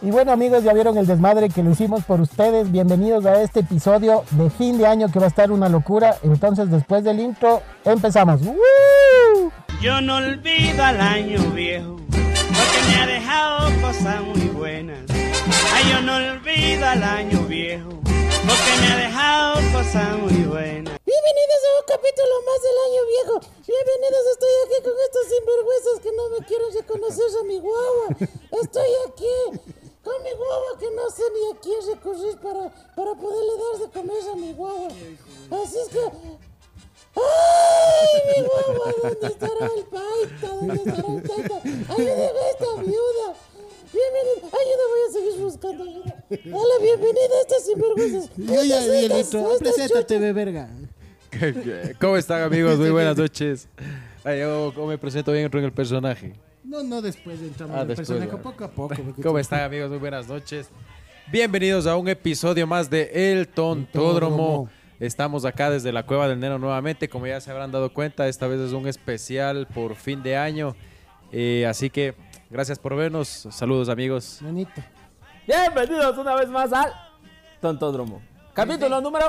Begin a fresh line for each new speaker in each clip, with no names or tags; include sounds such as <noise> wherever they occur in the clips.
Y bueno amigos, ya vieron el desmadre que lo hicimos por ustedes. Bienvenidos a este episodio de fin de año que va a estar una locura. Entonces después del intro empezamos. ¡Woo!
Yo no olvido al año viejo, porque me ha dejado cosas muy buenas. Ay, yo no olvido al año viejo, porque me ha dejado cosas muy buenas.
Bienvenidos a un capítulo más del año viejo. Bienvenidos, estoy aquí con estos sinvergüenzas que no me quieren reconocer a mi guagua. Estoy aquí con mi guagua que no sé ni a quién recurrir para, para poderle dar de comer a mi guagua. Así es que... ¡Ay, mi guagua! ¿Dónde estará el paita? ¿Dónde estará el taita? Ayúdeme a esta viuda. Bienvenido. Ayuda, voy a seguir buscando ayuda. Dale bienvenida a estas sinvergüenzas.
Oye,
Estas- estas-
Dieguito,
estas
preséntate, ve verga.
<laughs> ¿Cómo están amigos? Muy buenas noches. Ay, yo ¿cómo me presento bien dentro del personaje.
No, no después entramos
Ah,
en el
después,
personaje,
va.
poco a poco. porque
¿Cómo
tú-
están amigos? Muy buenas noches. Bienvenidos a un episodio más de El Tontódromo.
Tontódromo.
Estamos acá desde la Cueva del Nero nuevamente. Como ya se habrán dado cuenta, esta vez es un especial por fin de año. Eh, así que gracias por vernos. Saludos amigos.
Bonito.
Bienvenidos una vez más al Tontódromo. Capítulo número.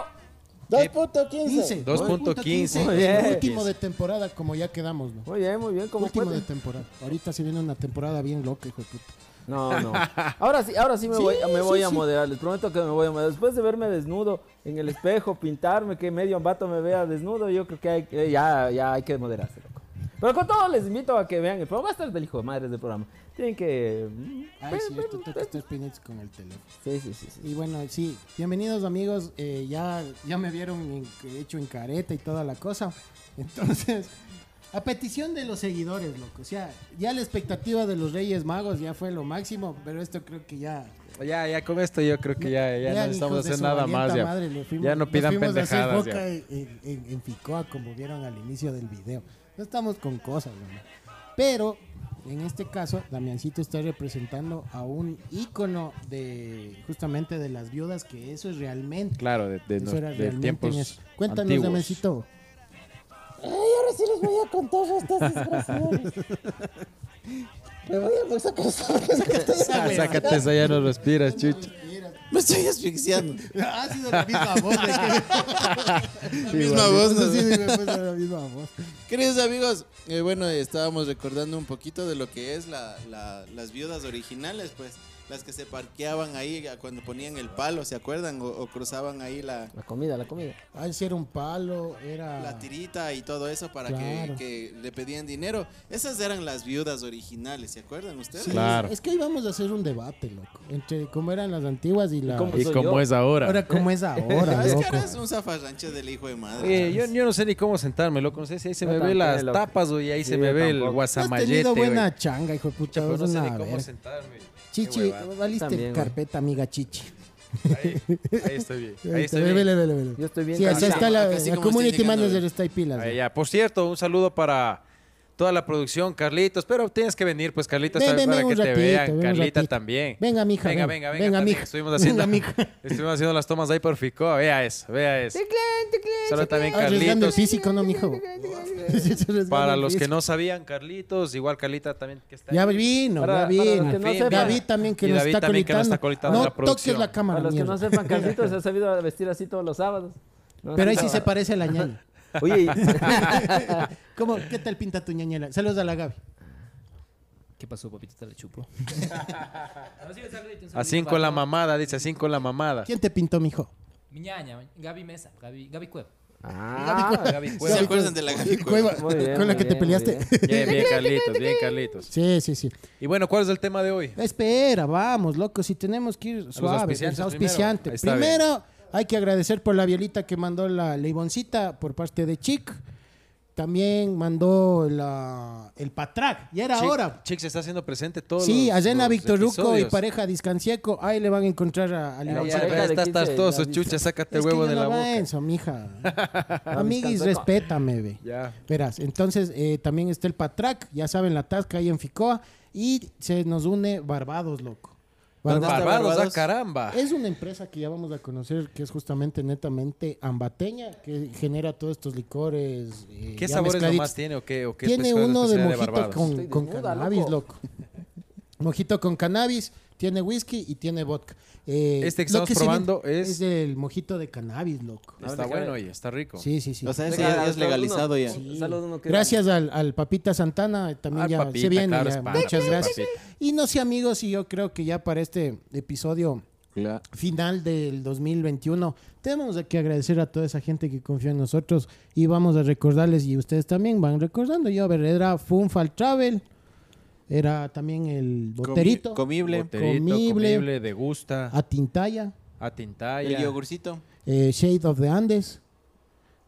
Eh,
2.15.
15.
2.15.
Muy
bien.
Último de temporada, como ya quedamos, ¿no?
Muy bien, muy bien, como
Último de
puede.
temporada. Ahorita se viene una temporada bien loca, hijo de puta.
No, no. <laughs> Ahora sí, ahora sí me voy, me
sí,
voy a
sí.
moderar. Les prometo que me voy a moderar. Después de verme desnudo en el espejo, pintarme, que medio vato me vea desnudo, yo creo que hay, eh, ya, ya hay que moderarse, loco. Pero con todo les invito a que vean el programa. Va a estar del hijo de madres del programa. Tienen que.
Mm, Ay, sí, esto tú que estás pendiente con el teléfono.
Sí, sí, sí. sí.
Y bueno, sí, bienvenidos amigos. eh, ya, ya me vieron en- hecho en careta y toda la cosa. Entonces, <laughs> a petición de los seguidores, loco. O sea, ya la expectativa de los Reyes Magos ya fue lo máximo, pero esto creo que ya.
Ya, ya con esto yo creo que ya, ya no
Vean,
necesitamos
hijos de
hacer
su
nada
valienta
más. Ya,
madre, le fuimos-
Ya no
nos
pidan
fuimos a hacer
pendejadas.
boca
ya.
En, en- en Ficoa, como vieron al inicio del video. No estamos con cosas, hermano. Pero, en este caso, Damiancito está representando a un ícono de justamente de las viudas, que eso es realmente.
Claro, de, de,
Eso
nos-
era
de
realmente en
tiempos
eso. Cuéntanos,
antiguos.
Damiancito.
Ay, ahora Pues sí les voy a contar a estas desgraciadas. Me voy a voy a sacar esta- voy a sacar esta-
Ah, sácate esa, ya no respiras, chucha.
Me estoy asfixiando.
Ha sido la misma voz.
La misma voz. ¿no?
la misma voz.
Queridos amigos, eh, bueno, estábamos recordando un poquito de lo que es la- la- las viudas originales, pues. Las que se parqueaban ahí cuando ponían el palo, ¿se acuerdan? O, o cruzaban ahí la,
La comida, la comida.
Ah, si era un palo, era...
la tirita y todo eso para que-
Claro.
que, le pedían dinero. Esas eran las viudas originales, ¿se acuerdan ustedes?
Sí,
Claro.
Es que íbamos a hacer un debate, loco. Entre cómo eran las antiguas y la...
cómo-
Y
Soy
como
yo.
es ahora.
Ahora, ¿cómo es ahora,
Ah, <laughs> es que
loco?
ahora es un zafarrancho del hijo de madre.
Oye, eh, yo, yo no sé ni cómo sentarme, loco. No sé si ahí se
Yo
me ve
tampoco,
las
loco.
tapas o y ahí
Sí,
se me
yo
ve el
tampoco.
Has
guasamayete.
tenido buena
güey.
changa, hijo de puta.
Pucha, pero
vos
no sé ni
una
cómo
verga.
sentarme. Qué
Chichi,
hueva.
valiste
También, güey.
carpeta, amiga Chichi.
Ahí, ahí estoy bien. Ahí estoy
Vele,
bien.
vele, vele, vele.
Yo estoy bien
Sí, acá
cansado.
está la,
Acá sí
la
como
community
estoy llegando,
manager,
güey.
está ahí pilas.
Ahí
güey.
ya. Por cierto, un saludo para toda la producción, Carlitos. Pero tienes que venir, pues, Carlitos,
Ven,
también
ven,
para
ven
que
un
te
ratito, ven
vean.
un
Carlita
ratito.
también.
Venga, mija,
Venga,
ven.
venga, venga.
Venga,
también
mija.
Estuvimos haciendo,
Venga, mija.
<laughs> estuvimos haciendo las tomas ahí por Ficoa. Vea eso, vea eso. Solo también
Arriesgando el
Carlitos.
físico, no, mijo. Sí, se arriesgando
Para
el
los que
físico.
no sabían, Carlitos, igual Carlita también que está
Ya
ahí.
vino,
Para-
ya
para los que
vino.
no
Fin,
sepan-
David también que
Y
nos
David
está
también que nos
colitando.
está colitando
no
la
toques
producción.
la cámara,
Para los que
mierda.
no sepan,
<laughs>
Carlitos se ha sabido vestir así todos los sábados. No,
Pero ahí sí
no.
se parece a la ñaña.
Oye,
<laughs> ¿Cómo? ¿Qué tal pinta tu ñañela? Saludos a la Gaby.
¿qué pasó, papito? Te la chupo.
A cinco la mamada, dice, a cinco la mamada.
¿Quién te pintó, mijo?
Mi ñaña, Gaby Mesa, Gaby, Gaby Cueva.
Ah,
Gaby
¿Se
<laughs>
Cuevas.
acuerdan de la Gaby Cueva?
Cueva,
Muy bien,
con la
muy
que te
bien, muy
peleaste.
Bien, bien, Carlitos, bien, Carlitos.
<laughs> Sí, sí, sí.
Y bueno, ¿cuál es el tema de hoy?
Espera, vamos, loco, si tenemos que ir suave,
auspiciantes
los auspiciantes.
primero. Ahí está
Primero, hay que agradecer por la violita que mandó la leiboncita por parte de Chic. También mandó la, el patrac. Ya era
Chic-
hora.
Chic se está haciendo presente todo.
Sí, allá en la Víctor Ruco y pareja Discancieco, ahí le van a encontrar a, a Leiboncita.
pareja de
Estás, estás
15
todos
ya
sus chuchas, sácate
Es
el
que
huevo
yo
de
no
la boca.
avanzo, mija.
<laughs>
Amiguis,
descansa.
respétame, ve.
Ya.
Verás, entonces eh, también está el Patrac, ya saben, la tasca ahí en Ficoa. Y se nos une Barbados, loco.
¿Dónde
Barbados.
está
Barbados, ah,
Barbados?
caramba.
Es una empresa que ya vamos a conocer que es justamente netamente ambateña, que genera todos estos licores. eh,
¿Qué
ya
sabores
mezcladitos.
nomás tiene o qué? O qué
Tiene
especial-
uno de
especial
mojito
Barbados?
con,
Estoy
con
desnuda,
cannabis,
loco.
loco. <laughs> Mojito con cannabis, tiene whisky y tiene vodka. Eh,
Este que
lo
estamos
se vende
probando es-
Es el mojito de cannabis, loco.
Está bueno, oye, está rico.
Sí, sí, sí.
O sea, ese
Venga,
ya
hasta
es legalizado
uno.
ya.
Sí. Hasta los uno que-
Gracias al, al Papita Santana, eh, también
Ah,
ya
Papita,
se viene.
claro,
ya.
es pana,
Muchas
el
gracias.
Papita.
Y no sé, amigos, y yo creo que ya para este episodio
Cla-
final del 2021. Tenemos que agradecer a toda esa gente que confió en nosotros y vamos a recordarles y ustedes también van recordando. Yo, a ver, era Funfal Travel, era también el
comi-
Boterito,
Comible.
Boterito,
Comible.
comible, degusta,
a Tintaya,
a
El
tintaya,
yogurcito.
eh, Shade of the Andes,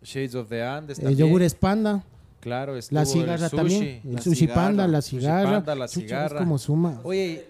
Shades of the Andes
eh,
Pues también.
Yogures Panda,
Claro,
la
estuvo el
cigarra
sushi.
también, el
la
Sushi
cigarra,
Panda, la
Sushi
cigarra,
Panda, la
Chucha, es
cigarra.
como suma,
Oye,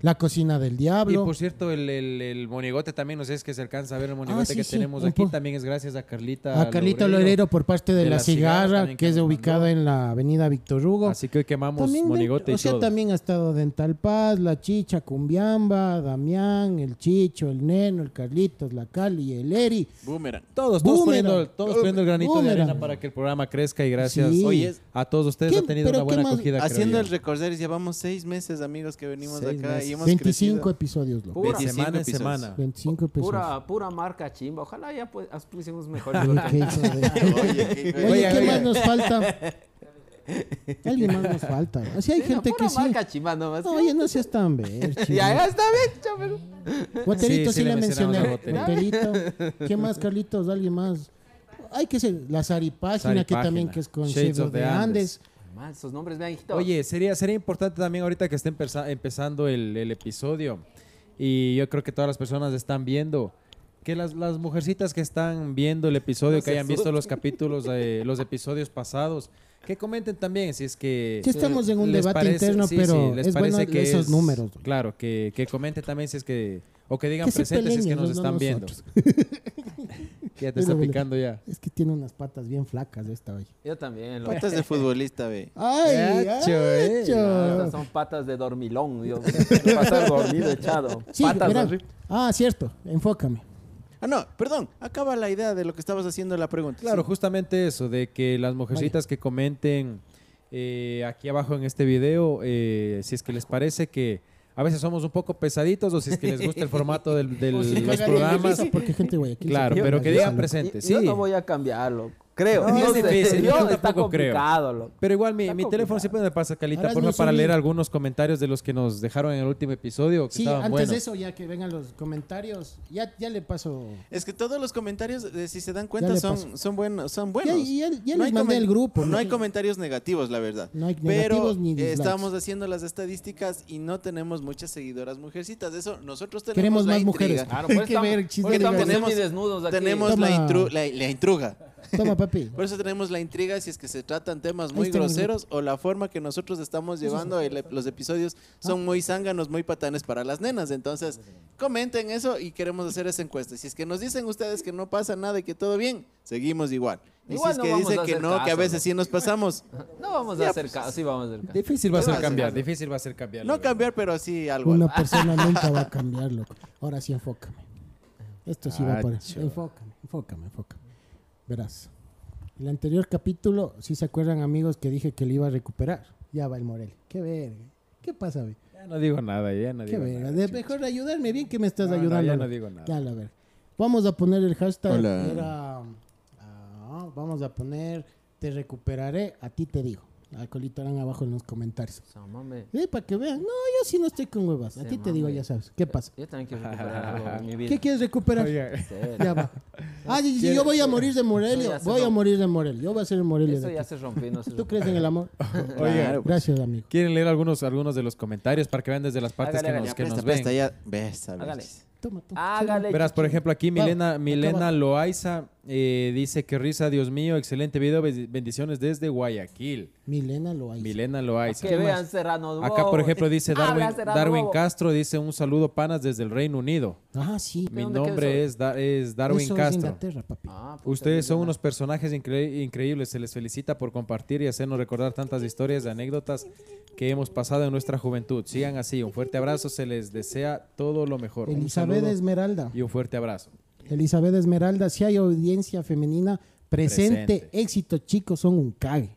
la cocina del
y pues,
diablo.
por cierto, el, el, el monigote también, no sé si es que se alcanza a ver el monigote
Ah, sí,
que
sí,
tenemos
un
aquí.
po-
También es gracias a Carlita
A Carlito Lorero por parte de, la, cigarra,
también
que
que
es
nos
ubicada
mandó.
en la avenida Víctor Hugo.
Así que hoy quemamos
También de-
monigote
o
y
sea,
todo.
también ha estado Dental Paz, La Chicha, Cumbiamba, Damián, El Chicho, El Neno, El Carlitos, La Cali, El Eri.
Boomerang.
Todos, todos
Boomerang.
poniendo, todos poniendo el granito de
Boomerang.
arena para que el programa crezca y gracias
Sí.
Oye,
a todos ustedes.
¿Qué-
Ha tenido
pero
una buena
qué más-
acogida. creo
Haciendo
yo.
el recordar, llevamos seis meses, amigos, que venimos
Seis
de acá
meses.
y hemos
25
crecido.
episodios, loco.
Pura,
25
semana en
episodios.
semana.
25 episodios.
pura, pura marca chimba. Ojalá ya pues, auspiciemos mejores.
<laughs>
Oye, qué hijo de-
<laughs> Oye, qué
Oye,
güey.
¿qué
oye.
más nos
<laughs>
falta? Alguien más nos falta. Así hay
Sí, no,
gente
pura
que sí.
marca chimba nomás.
Oye, no seas tan ver,
<laughs>
ya, ya está bien, chapero.
Guaterito sí,
Sí, sí
le
le mencionamos
mencioné.
a
Guaterito. ¿Qué más, Carlitos? ¿Alguien más? Hay que ser la Zaripágina, que
Zaripágina.
también que es con
Shades
Shades of the Andes.
Man, sus nombres, vean, hijito.
Oye, sería, sería importante también ahorita que esté empeza- empezando el, el episodio y yo creo que todas las personas están viendo que las, las mujercitas que están viendo el episodio, que hayan visto los capítulos, eh, los episodios pasados, que comenten también si es que...
Sí, estamos en un
les
debate
parece-
interno,
sí,
pero
sí, les
es bueno
parece que
esos
es-
números.
Claro, que, que comenten también si es que... O que digan
Que se
presentes si es
peleen
que nos
ellos, no
están viendo.
<laughs>
<laughs> Que ya
Bueno,
te está
bueno.
picando ya.
Es que tiene unas patas bien flacas esta hoy.
Yo también. loco.
Patas de futbolista, ve.
¡Ay!
Gacho, eh.
Estas
gacho!
son patas de dormilón, Dios mío. Pasar dormido echado.
Sí,
patas
verá.
así.
Ah, cierto. Enfócame.
Ah, no, perdón. Acaba la idea de lo que estabas haciendo la pregunta.
Claro,
Sí.
justamente eso, de que las mujercitas que comenten eh, aquí abajo en este video, eh, si es que les parece que a veces somos un poco pesaditos o si es que les gusta el formato del, del-
O si
los
cagarían de
programas.
risa, Porque gente de Guayaquil se
Claro,
caga
pero
de
que
risa,
digan
loco.
presente. Sí,
Yo no voy a cambiarlo. Creo.
No, es
sé,
difícil, yo
está
tampoco creo.
complicado, loco.
pero igual mi,
Está
mi teléfono
complicado.
siempre me pasa, Calita,
Ahora
por
hazme
favor, para
subir.
leer algunos comentarios de los que nos dejaron en el último episodio, que
Sí,
estaban
antes
buenos.
de eso, ya que vengan los comentarios, ya, ya le paso.
Es que todos los comentarios, eh, si se dan
Ya
cuenta,
le
son,
paso.
son buenos. Son buenos.
Ya- ya- ya les
hay
mandé
comen-
al grupo,
No
¿no?
hay comentarios negativos, la verdad.
No hay
Pero
negativos ni
eh,
dislikes.
estábamos haciendo las estadíficas y no tenemos muchas seguidoras mujercitas. Eso, nosotros tenemos
Queremos
la
más
intriga.
mujeres.
Claro, por eso
Hay que
estamos,
ver, chisme
por eso
de
estamos
verdad.
semidesnudos aquí.
Tenemos la,
Toma.
intru- la, la intruga.
Toma, papi.
Por eso tenemos la intriga si es que se tratan temas
Ahí
muy
está mi
groseros o la forma que nosotros estamos llevando el- los episodios
Ah.
son muy zánganos, muy patanes para las nenas. Entonces, comenten eso y queremos hacer esa encuesta. Si es que nos dicen ustedes que no pasa nada y que todo bien, seguimos igual. Y
Igual
si
no
es que
vamos
dicen
a
que
hacer
no, que a
caso,
veces
¿no?
sí
<laughs>
nos pasamos.
No vamos a
pues,
hacer caso. Sí, vamos a hacer caso.
Difícil va a
¿Qué
ser
vas a
cambiar,
hacer?
difícil va a ser cambiar. la
No
verdad.
cambiar, pero sí algo.
Una persona nunca va a cambiar, loco. Ahora sí, enfócame. Esto sí
Ah,
va por Enfócame, enfócame, enfócame. Verás. El anterior capítulo, si se acuerdan, amigos, que dije que le iba a recuperar. Ya va el Morel. Qué verga. ¿Qué pasa, ve?
Ya no digo nada, ya no
Qué
digo
verga.
nada.
De-
chucha.
mejor ayudarme. Bien que me estás
No, no,
ayudando.
ya no
loco.
digo nada.
Ya, la verga. Vamos a poner el hashtag.
Hola.
Era, ah, vamos a poner. Te recuperaré. A ti te digo. Alcoholitarán abajo en los comentarios.
O sea, mame.
Eh, para que vean. No, yo sí no estoy con huevas. A
Sí, Eh,
ti te digo,
mami.
ya sabes. ¿Qué pasa?
Yo también quiero recuperar algo
<laughs>
de mi vida.
¿Qué quieres recuperar?
Oye,
Ya va. Ah, sí, sí, yo voy a morir de
Eso
Morelia.
ya se
Voy a
rompe.
morir de Morelia. Yo voy a ser el Morelia.
Eso
de
ya
aquí.
se rompió, no se
¿Tú
rompió.
crees en el amor?
pues.
Oiga.
Gracias, amigo.
¿Quieren leer algunos, algunos de los comentarios para que vean desde las partes
Hágale,
que
hágale.
nos,
Ya
que
presta,
nos
presta,
ven?
ya. Besta,
Hágale.
besta.
Toma, toma.
Hágale.
Verás, por ejemplo, aquí Milena,
acaba.
Milena Loaiza eh, dice que risa, Dios mío, excelente video, be- bendiciones desde Guayaquil.
Milena lo hay.
Milena Loaiza.
Que vean Serrano.
Acá, por ejemplo,
<laughs>
dice Darwin,
Habla, Serrano
Darwin
Bobo.
Castro, dice un saludo panas desde el Reino Unido.
Ah, sí.
Mi
dónde
nombre
queda
es, Da- es Darwin
Eso es
Castro.
Inglaterra, papi.
Ah, puta,
Ustedes son
Milena.
unos personajes incre- increíbles, se les felicita por compartir y hacernos recordar tantas historias, anécdotas que hemos pasado en nuestra juventud. Sigan así, un fuerte abrazo, se les desea todo lo mejor. Un
Elizabeth
saludo
Esmeralda.
y un fuerte abrazo.
Elizabeth Esmeralda, si hay audiencia femenina presente,
Presente.
éxito, chicos, son un cague.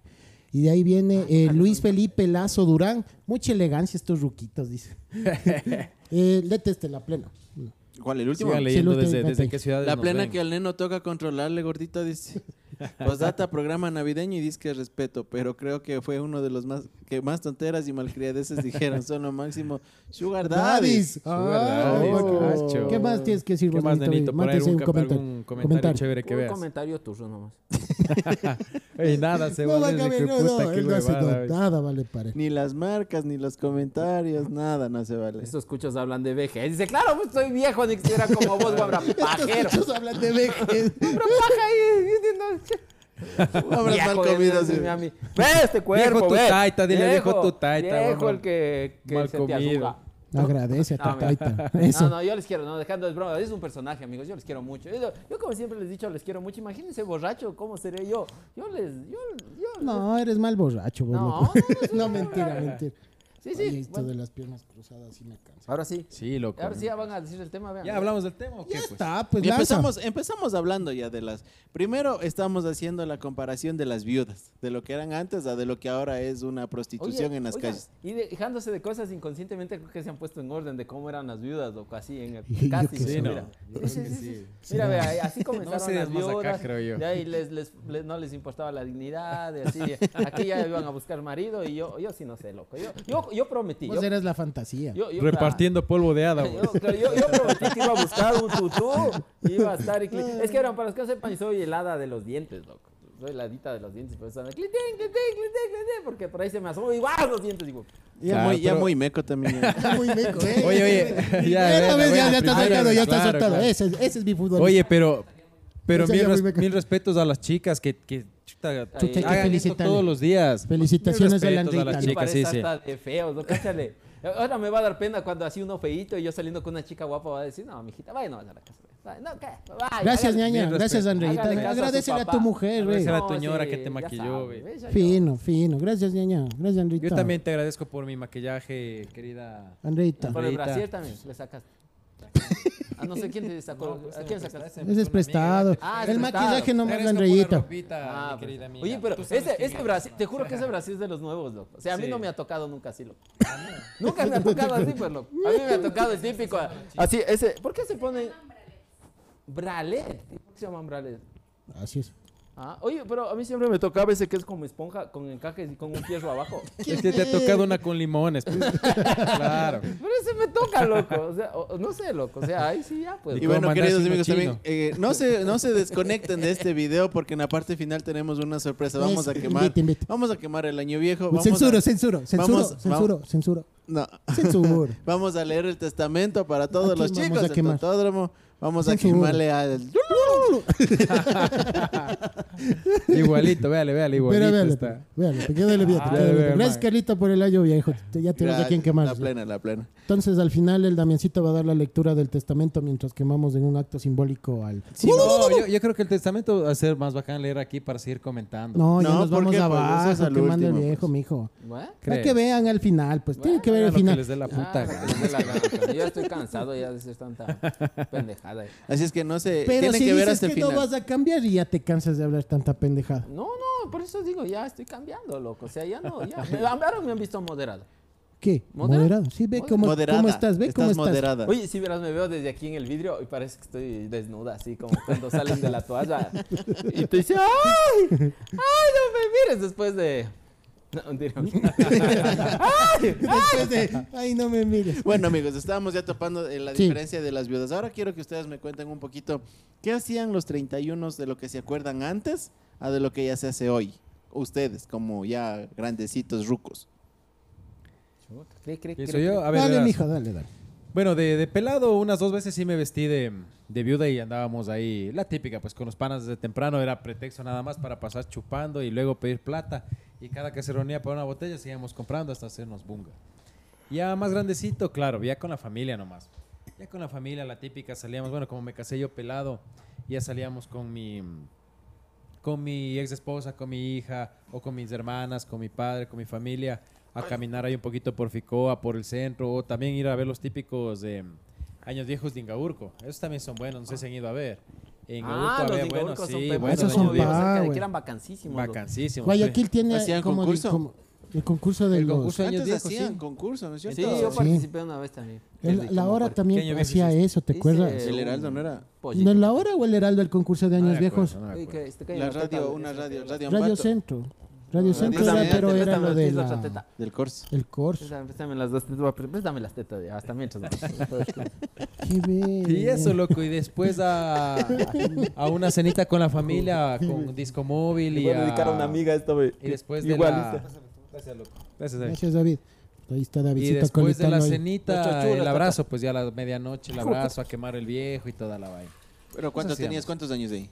Y de ahí viene eh, Luis Felipe Lazo Durán. Mucha elegancia estos ruquitos, dice. eh, léete este, la plena.
¿Cuál, el último?
Sigan leyendo
Salute,
desde, desde
Pepe.
qué ciudad.
La plena que al neno toca controlarle, gordito, <laughs> dice. Posdata, programa navideño y disque respeto, pero creo que fue uno de los más que más tonteras y malcriadeces dijeron. Son lo máximo. Sugar
Dadis.
daddies.
Ah,
Daddies,
bueno.
cacho.
¿Qué más tienes que decir,
¿Qué más,
Bosnito?
Nenito? Por ahí
Mándese
algún,
un
cap-
comentario.
algún comentario,
Comentario.
chévere que
Un
veas.
comentario turro nomás.
Ey, nada, se
No,
va a
va,
decir,
Gabriel, no,
puta,
no,
qué
él no hace
huevada,
nada,
ey.
nada vale para <laughs> él.
Ni las marcas, ni los comentarios, nada, no se vale.
Estos cuchos hablan de vejez. Dice, claro, pues soy viejo, ni que era como
<laughs>
vos, guabra pajero.
Estos hablan de vejez.
Guabra paja ahí.
<laughs> Habrás mal comido, sí. Pues
Ve este cuerpo,
Viejo tu
ve.
taita, dile, viejo tu taita,
Viejo
guabra.
el que, que
Mal
se te
comido.
arruga.
Agradece a
No,
tu
mira.
<laughs>
taita. Eso.
No, no, yo les quiero, no, dejando de broma. Es un personaje, amigos, yo les quiero mucho. Yo, yo como siempre les he dicho, les quiero mucho. Imagínense borracho, ¿cómo seré yo? Yo les... Yo, yo-
No, eres mal borracho, vos,
No,
loco.
no, no soy
<laughs> No,
mal
mentira,
borracho.
mentira.
Sí, sí.
Oye, esto
bueno.
de las piernas cruzadas sí me cansa.
Ahora sí.
Sí, loco.
Ahora sí ya van a decir el tema, vean.
¿Ya hablamos del tema o qué?
Ya
pues?
está, pues
Y
lanza.
empezamos, empezamos hablando ya de las. Primero estamos haciendo la comparación de las viudas, de lo que eran antes a de lo que ahora es una prostitución
Oye,
en las
oiga,
calles.
Y dejándose de cosas inconscientemente creo que se han puesto en orden de cómo eran las viudas o así
<laughs>
en el
Yo
casting.
qué sé.
Sí, ¿no?
mira.
Yo creo
Sí,
que
sí,
sí.
sí. Mira, vea, ahí-
<laughs>
así comenzaron
sí,
las
es más acá,
viudas.
creo yo.
De ahí les, les- les- no les importaba la dignidad, de así. Aquí ya iban a buscar marido y yo, yo sí no sé, loco. Yo, yo, yo prometí.
Vos
Yo,
eras Pues la fantasía.
yo- yo-
Repartiendo polvo de hada,
Yo, claro, yo- yo prometí que iba a buscar un tutú. y Iba a estar. y cli- Es que eran para los que no sepan, soy helada de los dientes, loco. Soy heladita de los dientes. Por eso ando, clitín, clitín, clitín, clitín, porque por ahí se me asomó y ¡guau! los dientes. Digo,
Ya,
Claro,
muy, ya
pero-
muy meco también. <laughs>
<laughs>
ya.
Muy meco, ¿eh?
Oye, oye, ya,
Ya,
bueno,
ves, ya,
bueno,
ya está
primero,
soltado, ya está
claro,
soltado.
claro.
Ese, es- ese es mi fútbol.
Oye, pero, pero
Esa
mil,
ya muy
res-
meca.
mil respetos a las chicas que, que chuta,
Chucha, hay que
hagan esto
felicitarle.
todos los días.
Felicitaciones
Mil
a la
respetos a la
Andreita.
y
chica,
parece
sí, sí.
hasta de feos, ¿no? Cáchale. Ahora me va a dar pena cuando así uno feíto y yo saliendo con una chica guapa va a decir, no, mijita, vaya nomás a la casa. vaya, No, ¿qué? Vaya,
Gracias,
hágale-
ñaña.
Mil
Gracias,
respeto.
Andreita.
hágale caso a su
Agradecele a,
papá.
tu mujer, güey.
Agradecele a tu ñora que te
ya
maquilló,
sabe,
ve.
ve, ya yo.
Fino, fino. Gracias, ñaña. Gracias, Andreita.
Yo también te agradezco por mi maquillaje, querida.
Andreita.
Por el
Andreita.
brasier también le sacaste. A no sé quién te sacó. ¿A quién sacaste?
Ese es prestado.
Ah, es
el
prestado.
maquillaje
Te
nomás de
agradezco por la
Andreita.
ropita,
Ah,
mi querida
pues,
amiga.
Oye, pero
Tú sabes
ese,
quién
ese
eres.
Brasil, te juro que ese Brasil es de los nuevos, loco. O sea, a mí
Sí.
no me ha tocado nunca así, <laughs> loco. nunca me ha tocado así, pues, loco. A mí me ha tocado el típico. Así, ese. ¿Por qué se ponen. Bralet? ¿Por qué se llaman bralet?
Así es.
Ah, oye, pero a mí siempre me tocaba ese que es como esponja, con encajes y con un fierro abajo.
Es que te ha tocado una con limones.
<laughs>
pues. claro.
<laughs> Pero ese me toca, loco. O sea, o- o no sé, loco. O sea, ahí sí ya, pues.
Y
¿Y
bueno,
cómo mandaste
queridos
uno
amigos,
chino?
también eh, no, se, no se desconecten de este video porque en la parte final tenemos una sorpresa. Vamos a
Es-
quemar.
invite, invite. Pues
Vamos a quemar el año viejo. Vamos
Censuro,
a,
censuro, censuro,
vamos-
censuro, censuro,
no, <laughs>
censuro.
vamos a leer el testamento para todos
Aquí
los
vamos
chicos
a
del
quemar.
autódromo. Vamos a
Censura.
quemarle al.
Igualito, véale, véale, igualito
Pero véale, pues,
está.
véale, porque quédale bien,
Ah,
quédale
dale,
bien.
dale,
Gracias,
man.
Carlito, por el año viejo. Te- Ya tenemos a quien
La
quemar.
plena, la plena.
Entonces, al final, el Damiancito va a dar la lectura del testamento mientras quemamos en un acto simbólico al.
Sí, no, yo, yo creo que el testamento va a ser más bacán leer aquí para seguir comentando.
No, ya
No,
nos
¿por
vamos
qué? Pues,
abajo,
eso es al
quemando el
último,
viejo, mijo.
¿Eh?
Para
¿Crees?
que vean al final, pues tiene que ver
Hagan
el
lo que
final.
les dé la puta.
Ah,
gana.
me la gana, pero yo estoy cansado ya de hacer <laughs> tanta pendejada.
Así es que no se.
Pero
tienen
si
que ver
dices
hasta el
que no
final.
vas a cambiar y ya te cansas de hablar tanta pendejada.
No, no, por eso digo, ya estoy cambiando, loco. O sea, ya no,
<laughs>
ya. Me- Ahora me han visto moderado.
¿Qué?
Moderado.
Moderado. Sí, ve cómo,
Moderada.
cómo estás, ve cómo estás.
moderada.
Oye, si verás, me veo desde aquí en el vidrio y parece que estoy desnuda, así como cuando salen de la
<laughs>
toalla. Y te dice, ¡ay! ¡Ay, no me mires! Después de... No, mentira.
<laughs>
¡Ay!
<laughs> Después de, ay, no me mires.
<laughs> Bueno, amigos, estábamos ya topando eh, la
Sí.
diferencia de las viudas. Ahora quiero que ustedes me cuenten un poquito qué hacían los 31 de lo que se acuerdan antes a de lo que ya se hace hoy. Ustedes, como ya grandecitos rucos.
Cri, cri,
¿Quién
cri,
soy yo?
cri.
A ver,
dale,
verás.
mijo, dale, dale.
Bueno, de, de pelado unas dos veces sí me vestí de, de viuda y andábamos ahí. La típica, pues con los panas desde temprano era pretexto nada más para pasar chupando y luego pedir plata. Y cada que se reunía para una botella seguíamos comprando hasta hacernos bunga. Ya más grandecito, claro, ya con la familia nomás. Ya con la familia, la típica, salíamos, bueno, como me casé yo pelado, ya salíamos con mi, con mi ex esposa, con mi hija, o con mis hermanas, con mi padre, con mi familia, a caminar ahí un poquito por Ficoa, por el centro, o también ir a ver los típicos de Años Viejos de Ingaurco. Esos también son buenos, no sé si han ido a ver. En
ah,
Aburto
los
había
de
buenos,
Gaurco
sí,
son
buenos
esos son
años viejos.
pa-
cerca de
güey.
que eran vacancísimo. loco.
Bacanísimos.
Guayaquil tiene
¿Hacían
como, di-
concurso?
como el concurso de
El
los-
concurso
Antes
años viejos,
hacían
sí. Ah,
concurso, ¿no es cierto?
Sí, yo
Sí.
participé una vez también.
el-
Desde
la hora
Quimbo, por-
¿Qué año
también
viejo
hacía
hiciste?
eso, ¿te
Hice
acuerdas?
El Heraldo no era.
Pollito.
¿No, ¿La hora o el Heraldo el concurso de años viejos?
No me
Oye,
acuerdo.
que este, que
La
yo no
radio,
tocaba.
una radio, Radio
Radio
Ambato,
Centro. Radio Centro
Centro,
era,
ya,
pero
te
era
préstame
lo
las
de
tetas,
la-
la teta.
del Corso.
el corso.
Préstame, préstame pues, las dos tetas, préstame pues, las tetas ya, hasta mientras. <laughs>
Qué bien.
Y eso, loco, y después a, a una cenita con la familia, con disco móvil y
voy a dedicar a una amiga esto, güey.
Y después de
Igual,
la...
listo.
Gracias, loco. Gracias, David.
Gracias, David. Ahí está
Y
Davidcito
después de la
conectando ahí.
cenita,
Chochura,
el abrazo, pues ya a la <laughs> medianoche, el abrazo, a quemar el viejo y toda la vaina.
Pero ¿cuánto
hacíamos.
tenías? ¿Cuántos años de ahí?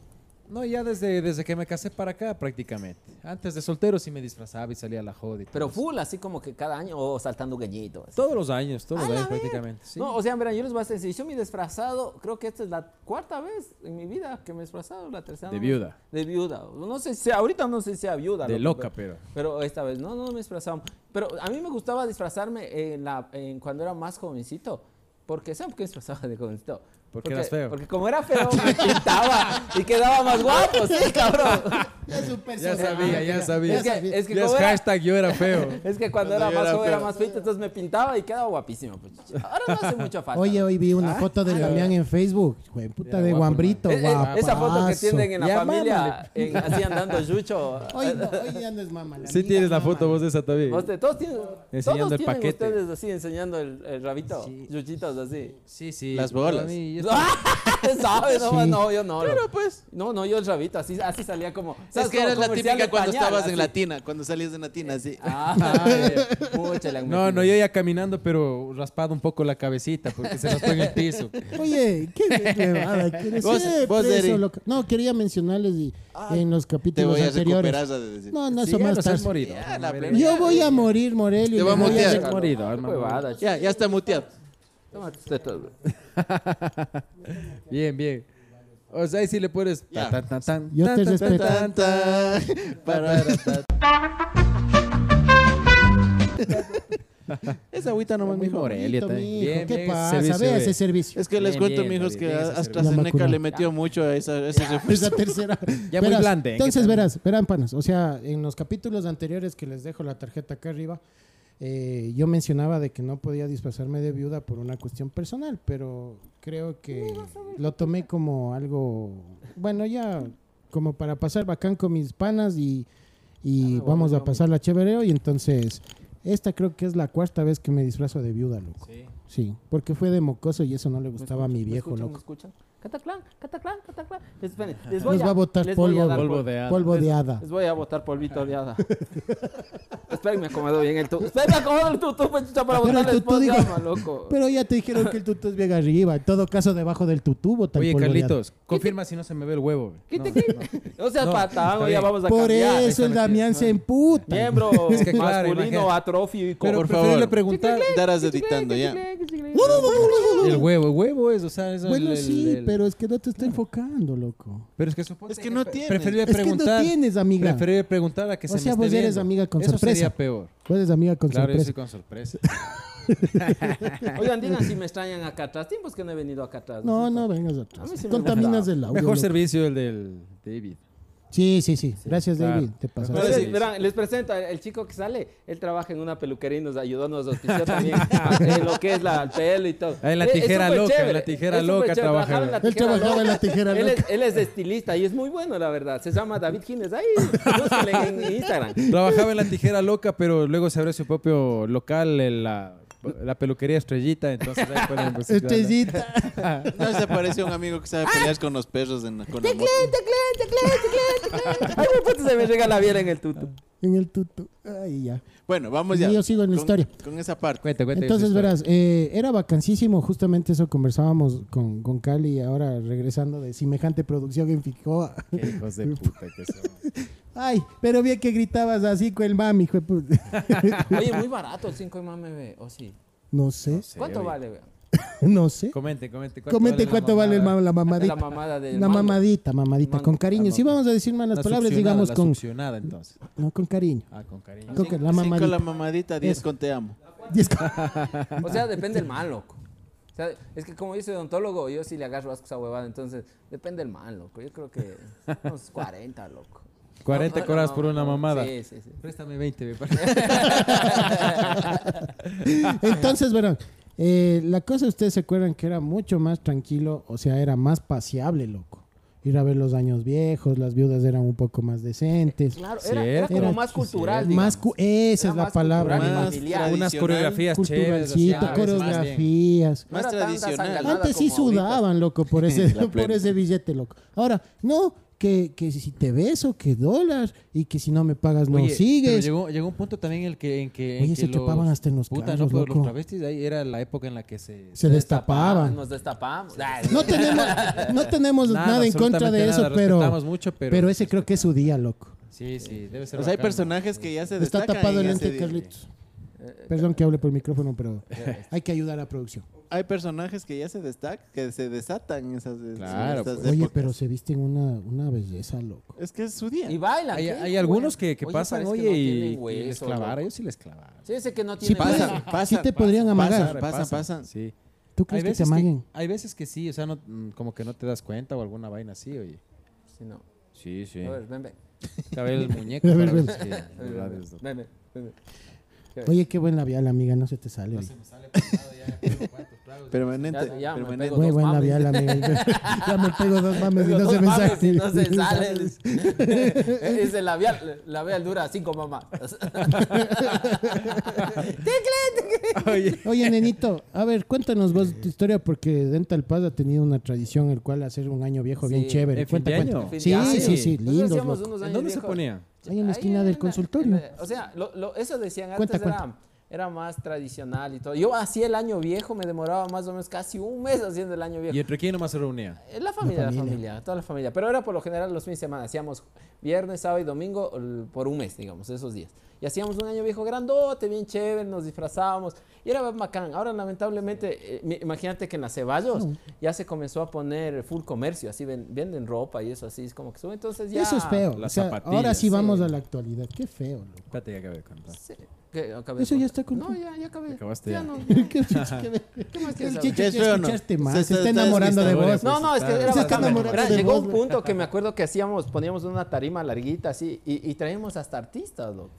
No, ya desde, desde que me casé para acá prácticamente. Antes de soltero sí me disfrazaba y salía a la joda y todo
Pero
eso.
full, así como que cada año, o saltando gañito. así.
Todos los años, todos los
A la
años
ver.
prácticamente. sí.
No, o sea, verán, yo les voy a decir, yo mi disfrazado, creo que esta es la cuarta vez en mi vida que me he disfrazado, la tercera.
De
no-
viuda.
De viuda. No sé si, ahorita no sé si sea viuda.
De
loco,
loca, pero-
Pero esta vez, no, no me disfrazaba. Pero a mí me gustaba disfrazarme en la, en cuando era más jovencito. Porque, ¿saben por qué me disfrazaba de jovencito?
Porque eras feo.
Porque como era feo, me pintaba y quedaba más guapo, sí, cabrón.
Es un
ya
personaje.
sabía, ya sabía.
Es que- es que
Ya
como era-
hashtag yo era feo. <laughs>
Es que cuando,
Cuando
era
yo
más
era
joven, era
feo.
más fit, entonces me pintaba y quedaba guapísimo. pues. Ahora no hace mucha falta.
Oye, hoy vi una foto de Damián en Facebook. Güey,
Ya,
puta de
guapo,
guambrito,
Eh, eh,
guapo.
esa foto que tienen en la
Ya,
familia, en- así andando yucho.
Hoy, no, hoy ya no es mamá.
Sí tienes la foto vos de esa también.
Usted- todos tienen,
Enseñando
todos
el
tienen
paquete.
ustedes así enseñando el, el rabito, yuchitos así.
Sí, sí.
Las bolas.
A mí, yo-
<laughs>
<laughs> ¿Sabes? No,
Sí.
no, yo no. Claro, pues. No, no, yo el rabito, así, así salía como.
¿Sabes que
como
eras la
comercial
típica
de
cuando
pañal,
estabas
así.
en la tina? Cuando salías de la tina, así.
Ah, <laughs> ay, pucha, le han
No, no,
metido.
yo ya caminando, pero raspado un poco la cabecita porque se raspó en el piso.
Oye, qué huevada. ¿Quieres
Vos-
siempre
vos,
eso,
Eri.
loca? No, quería mencionarles y- en los
Te
capítulos
voy a
anteriores.
recuperar, has de decir.
No, no,
Sí,
eso
ya
más
nos has
tarde.
morido.
Ya, la
Nos
plena.
Yo voy a morir, Morelio. me
Te va a
voy
mutear.
has morido, alma.
<laughs> Huevada,
Ya, ya está muteado.
Tómate usted todo.
Bien, bien. O sea, ahí sí le puedes.
Ya.
Tan, tan, tan,
Yo
tan,
te
tan,
respeto.
tan,
Tan, tan, para, tan. Esa agüita nomás,
Muy
mijo.
Morelia
bonito,
también.
mijo,
Bien,
¿Qué
bien,
pasa?
servicio,
Ve ese
bien.
servicio.
Es que les
Bien,
cuento,
bien,
mijos,
David,
que
bien,
a-
ese
servicio. La
AstraZeneca
vacuna.
le metió mucho a esa, ese
Es
refuerzo.
la tercera.
<laughs> Ya muy blande, ¿eh?
Entonces,
¿Qué tal?
verás, verán, panas. O sea, en los capítulos anteriores que les dejo la tarjeta acá arriba, eh, yo mencionaba de que no podía disfrazarme de viuda por una cuestión personal, pero creo que lo tomé como algo, bueno, ya como para pasar bacán con mis panas y,
Ah,
y vamos a pasar la chévere hoy. Entonces, esta creo que es la cuarta vez que me disfrazo de viuda, loco. Sí. porque fue de mocoso y eso no le gustaba a mi viejo,
¿Me
loco.
escuchan? Cataclán, cataclán, cataclán. Esperen, les voy
Nos va a botar
les voy a
polvo,
dar
Polvo
por-
de hada.
polvo de
Les-
hada.
Les voy a botar polvito de hada. <laughs> Esperen, me acomodo bien el tubo. Esperen, me acomodo el tubo, pues, chucha, para
Pero el
botarle el
tutú,
polvo de
digo.
hada, loco.
<laughs> Pero ya te dijeron que el tutú es bien arriba. En todo caso, debajo del tutú bota el
Oye,
polvo de
Carlitos, confirma si no se me ve el huevo. güey.
¿Qué te
No,
O sea,
No, está
patán, güey, ya
bien.
vamos a
hada. Por
cambiar.
eso el Damián se emputa.
Miembro
Es que claro,
masculino
imagínate.
atrófico.
Pero
Por
preferible
favor.
preguntar.
Estarás editando ya.
<laughs>
El huevo, el huevo es, o sea, es el-
Bueno,
el-
sí,
el-
pero es que no te está enfocando, loco.
Pero es que supongo
Es que no tiene.
Preferible
Es que no
preguntar.
tienes, amiga.
Preferible preguntar a que
O
se me
sea,
esté
vos eres
viendo.
amiga con
Eso
sorpresa.
sería peor.
Puedes, amiga, con
Claro, yo
sorpresa.
sí con sorpresa.
Oigan, digan si me extrañan acá atrás. Tiempos que no he venido acá atrás.
No,
¿sí?
no vengas atrás.
A mí sí me
Contaminas
gusta.
el audio.
Mejor
loco.
servicio el del David.
Sí, sí, sí. Gracias,
claro.
David. Te pasas.
Mejor
Entonces,
Sí.
verán, les presento el chico que sale. Él trabaja en una peluquería y nos ayudó, nos
<laughs>
auspició también en lo que es la, el pelo y todo.
Ah, en la
Es- es
tijera
súper
loca, en
chévere,
la tijera
es súper
loca
chévere,
trabaja,
trabajaba en la
Él
tijera
trabajaba en la tijera
Él
loca.
es, él es estilista y es muy bueno, la verdad. Se llama David Gines. Ahí, búsquenle en Instagram.
Trabajaba en la tijera loca, pero luego se abrió su propio local, en la, la peluquería Estrellita. Entonces
<laughs>
ahí pueden buscar.
Estrellita.
No se parece un amigo que sabe pelear con los perros en, con la moto.
Ay, me puto, se me llega la biela en el tutu.
En el tutú. Ay, ya.
Bueno, vamos ya.
Y yo sigo en la
Con-
historia.
Con esa parte.
Cuenta, cuenta
Entonces,
esa historia.
verás, eh, era vacancísimo, justamente eso conversábamos con, con Cali, ahora regresando de semejante producción en Ficoa.
Qué hijos de puta que
<laughs>
son.
Ay, pero bien que gritabas así con el mami, hijo de puta.
Oye, muy barato el 5 mame, ve. O sí.
<laughs> No sé,
¿Cuánto
oye.
vale, ve?
no sé.
Comente, comente.
Comente cuánto vale el ma- la
La
mamadita.
mamada del.
La
mango.
mamadita, mamadita,
Mango.
con cariño. Si vamos a decir malas palabras, digamos con,
Succionada, entonces.
no, con cariño.
Ah, con cariño.
Con que la <laughs>
Cinco
mamadita.
la mamadita, diez con te amo.
Y es como-
O sea, depende del mal, loco. sea, es que como yo soy odontólogo, yo sí le agarro asco a esa huevada. Entonces, depende del man, loco. Yo creo que unos 40, loco.
40
No, no,
coras
no,
por una
no.
mamada.
Sí, sí, sí.
Préstame 20, me
Entonces, verán, eh, la cosa ustedes se acuerdan que era mucho más tranquilo, o sea, era más paseable, loco. Ir a ver los años viejos, las viudas eran un poco más decentes.
Claro, era, era
Cierto.
como
Era que
más
sí,
cultural.
era más
digamos.
cu- esa
Era
es la
más
palabra,
cultural y
más
familiar.
Unas
tradicional,
coreografías
Culturalcita,
chéveres. así, más bien.
coreografías.
No
Más
era tanta
tradicional.
sanganada
Antes sí
como ahorita.
sudaban, loco, por
<laughs>
ese,
La
por
plena.
ese billete, loco. Ahora, no, que, que si te beso, que dólar, y que si no me pagas, no
Oye, pero
sigues.
llegó, llegó un punto también en el que. En que en
Oye,
que
se chupaban hasta en los
Puta,
carros,
no, pero
loco.
los travestis ahí era la época en la que se.
se destapaban.
Nos destapamos. Ay,
No tenemos, no tenemos nada,
<laughs> Nada,
en contra de
absolutamente
eso,
nada,
pero,
respetamos mucho, pero-
pero ese creo que es su día, loco.
Sí, sí, debe ser.
O sea, Pues hay
bacán, ¿no?
personajes que ya se
Está
destacan.
tapado
en
el
ese
lente,
día.
Carlitos. Eh, Perdón que hable por el micrófono, <laughs> pero hay que ayudar a producción.
Hay personajes que ya se destacan, que se desatan en esas, en
Claro,
estas
pues. Oye,
épocas.
pero se visten una, una belleza, loco.
Es que es su día.
Y bailan.
Hay,
¿qué?
hay algunos que, que
Oye,
pasan,
parece que
oye,
no
y,
tienen
y
hueso,
les clavaron.
loco.
Ellos sí les clavaron.
Sí, ese que no
Sí
tiene
pasa.
hueso.
pasan, pasan.
Sí te podrían amagar.
Pasan, pasan, pasan.
Sí.
¿Tú
Hay
crees que te
veces que,
amaguen?
hay veces que sí, o sea, no, mm, como que no te das cuenta o alguna vaina así, oye.
Sí, no.
Sí, sí.
A ver, ven, ven.
A ver el
<laughs>
muñeco.
A ver,
para ver
ven.
si-
A ver, ven, ven, ven, ven, ven.
Oye, qué buen labial, amiga, no se te sale. oye.
Permanente.
Ya- ya me
permanente.
pego.
Muy
dos
buen
mames.
labial,
<laughs>
amiga. ya me pego dos mames y no
Dos
se me
mames
sale.
y no
<laughs>
se sale. <laughs> es el labial. Labial dura cinco <laughs> mamás.
Oye, nenito, a ver, cuéntanos vos tu historia, porque Dental Paz ha tenido una tradición, el cual hacer un año viejo bien
Sí,
chévere.
¿en fin
Cuenta,
de
cuenta.
año?
Fin de
Sí,
año.
sí, sí,
Nosotros
lindos,
hacíamos
loco.
unos
¿En
años
dónde se
viejos.
ponía?
Ahí en la esquina
en
del
la-
consultorio.
en la- o sea, lo- lo- eso decían
Cuenta,
antes era, era más tradicional y todo. Yo hacía el año viejo, me demoraba más o menos casi un mes haciendo el año viejo.
¿Y entre quién nomás se reunía?
Eh, La familia, la familia, toda la familia. Pero era por lo general los fines de semana. Hacíamos viernes, sábado y domingo el- por un mes, digamos, esos días. Y hacíamos un año viejo grandote, bien chévere, nos disfrazábamos. Y era bacán. Ahora, lamentablemente, eh, mi- imagínate que en las Ceballos ya se comenzó a poner full comercio. Así ven- venden ropa y eso así. Es como que sube. Entonces ya...
Eso es feo.
Las
o sea,
zapatillas,
ahora sí
sí.
vamos a la actualidad. Qué feo, loco.
Espérate, ya acabé de contar.
Sí. ¿Qué? Acabé
Eso
de
ya
contar.
está con-
Pues, No, ya, ya acabé.
Acabaste ya.
no.
<laughs> ¿Qué chucha que ve?
quieres
El
saber?
chicho
¿Es
que
feo o no?
escuchaste
Se
más.
está-
Se está
está
enamorando de
desvistadora,
vos.
pues.
No, no, es que
está-
era
se está
bacán.
enamorando
Verá,
de
Llegó
vos,
un
güey.
punto que me acuerdo que hacíamos, poníamos una tarima larguita así y, y traíamos hasta artistas, loco.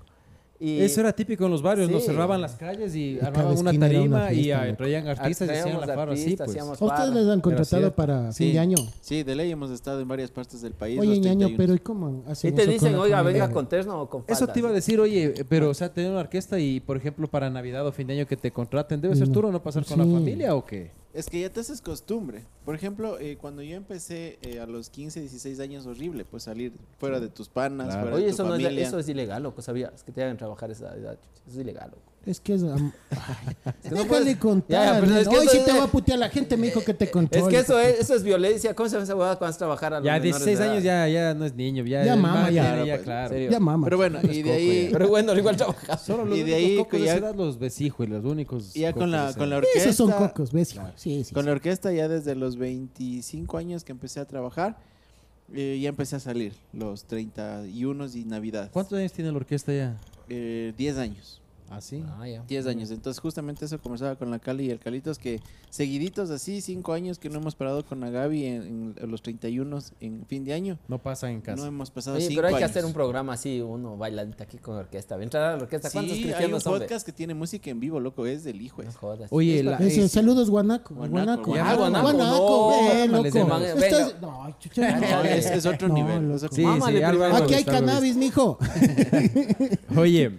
Y
Eso era típico en los barrios,
Sí.
nos cerraban las calles y
cada
armaban una
esquina era
tarima
una
y
fiesta,
ah,
loco.
traían artistas y hacían
traíamos
la farra así,
artistas,
pues.
hacíamos
¿A ustedes
farra.
les han
Pero
contratado
cierto.
para
Sí.
fin de año?
Sí, de ley hemos estado en varias partes del país.
Oye,
los
ñaño,
31.
pero ¿y cómo hacen
Y te
eso con
dicen,
la
oiga,
familia,
venga
güey?
con terno o con falda.
Eso te iba a decir, oye, eh, pero, o sea, tener una orquesta y, por ejemplo, para Navidad o fin de año que te contraten, ¿debe ser
No.
duro no pasar con la
Sí.
familia o qué?
Es que ya te haces costumbre. Por ejemplo, eh, cuando yo empecé eh, a los 15, 16 años, horrible, pues salir fuera de tus panas,
Claro.
fuera
Oye,
de tu
eso, no es,
familia.
eso es ilegal, loco, sabías, que te hagan trabajar esa edad. chucha, Eso es ilegal, loco.
Es que es...
<laughs>
am- Ay, Déjale
puedes- Ya, ya,
contar.
pero es
nena.
que
Hoy
eso
sí
es-
te va a putear la gente, me dijo que te controle.
Es que eso es, eso es violencia. ¿Cómo se llama esa huevada cuando vas a trabajar a los
Ya,
menores de
16
edad?
años ya, ya no es niño, ya.
Ya
el
mama,
man
ya.
tiene
Claro, pues,
claro.
serio.
Ya mama.
Pero bueno, y de ahí,
Pero bueno, <laughs> igual trabajas.
Solo los
Y de
únicos
ahí pues,
cocos de
ya-
esa edad, los besijos, los únicos.
ya con la,
cocos de
con la
esa edad.
orquesta.
Esos son cocos, ¿ves? hijo? Sí, sí.
Con la orquesta ya desde los 25 años que empecé a trabajar, eh, ya empecé a salir los 31 y Navidad.
¿Cuántos años tiene la orquesta ya?
Eh, 10 años.
¿Ah, sí?
Ah, ya.
10 años. Entonces justamente eso conversaba con la Cali y el Calitos que seguiditos así, 5 años que no hemos parado con la Gaby en, en los 31 en fin de año.
No pasan en
No
casa.
hemos pasado
Oye,
5
pero hay que
años.
hacer un programa así, uno bailadita aquí con orquesta. Entrar a la orquesta. ¿Cuántos
Sí, hay un
cristianos son? ve?
podcast que tiene música en vivo, loco, es del hijo.
No
es.
jodas.
Oye, la,
Ese,
eh,
Saludos, Guanaco.
Guanaco,
Guanaco.
Ah, Guanaco, no,
ve,
mámales de
loco.
más.
Estás- No, chucha, no.
No, es, es otro
No,
nivel. es
loco.
otro
Sí,
nivel.
Mámale
sí, algo
primero.
algo
Aquí hay
visto, algo
cannabis, mijo.
visto. <laughs> Oye,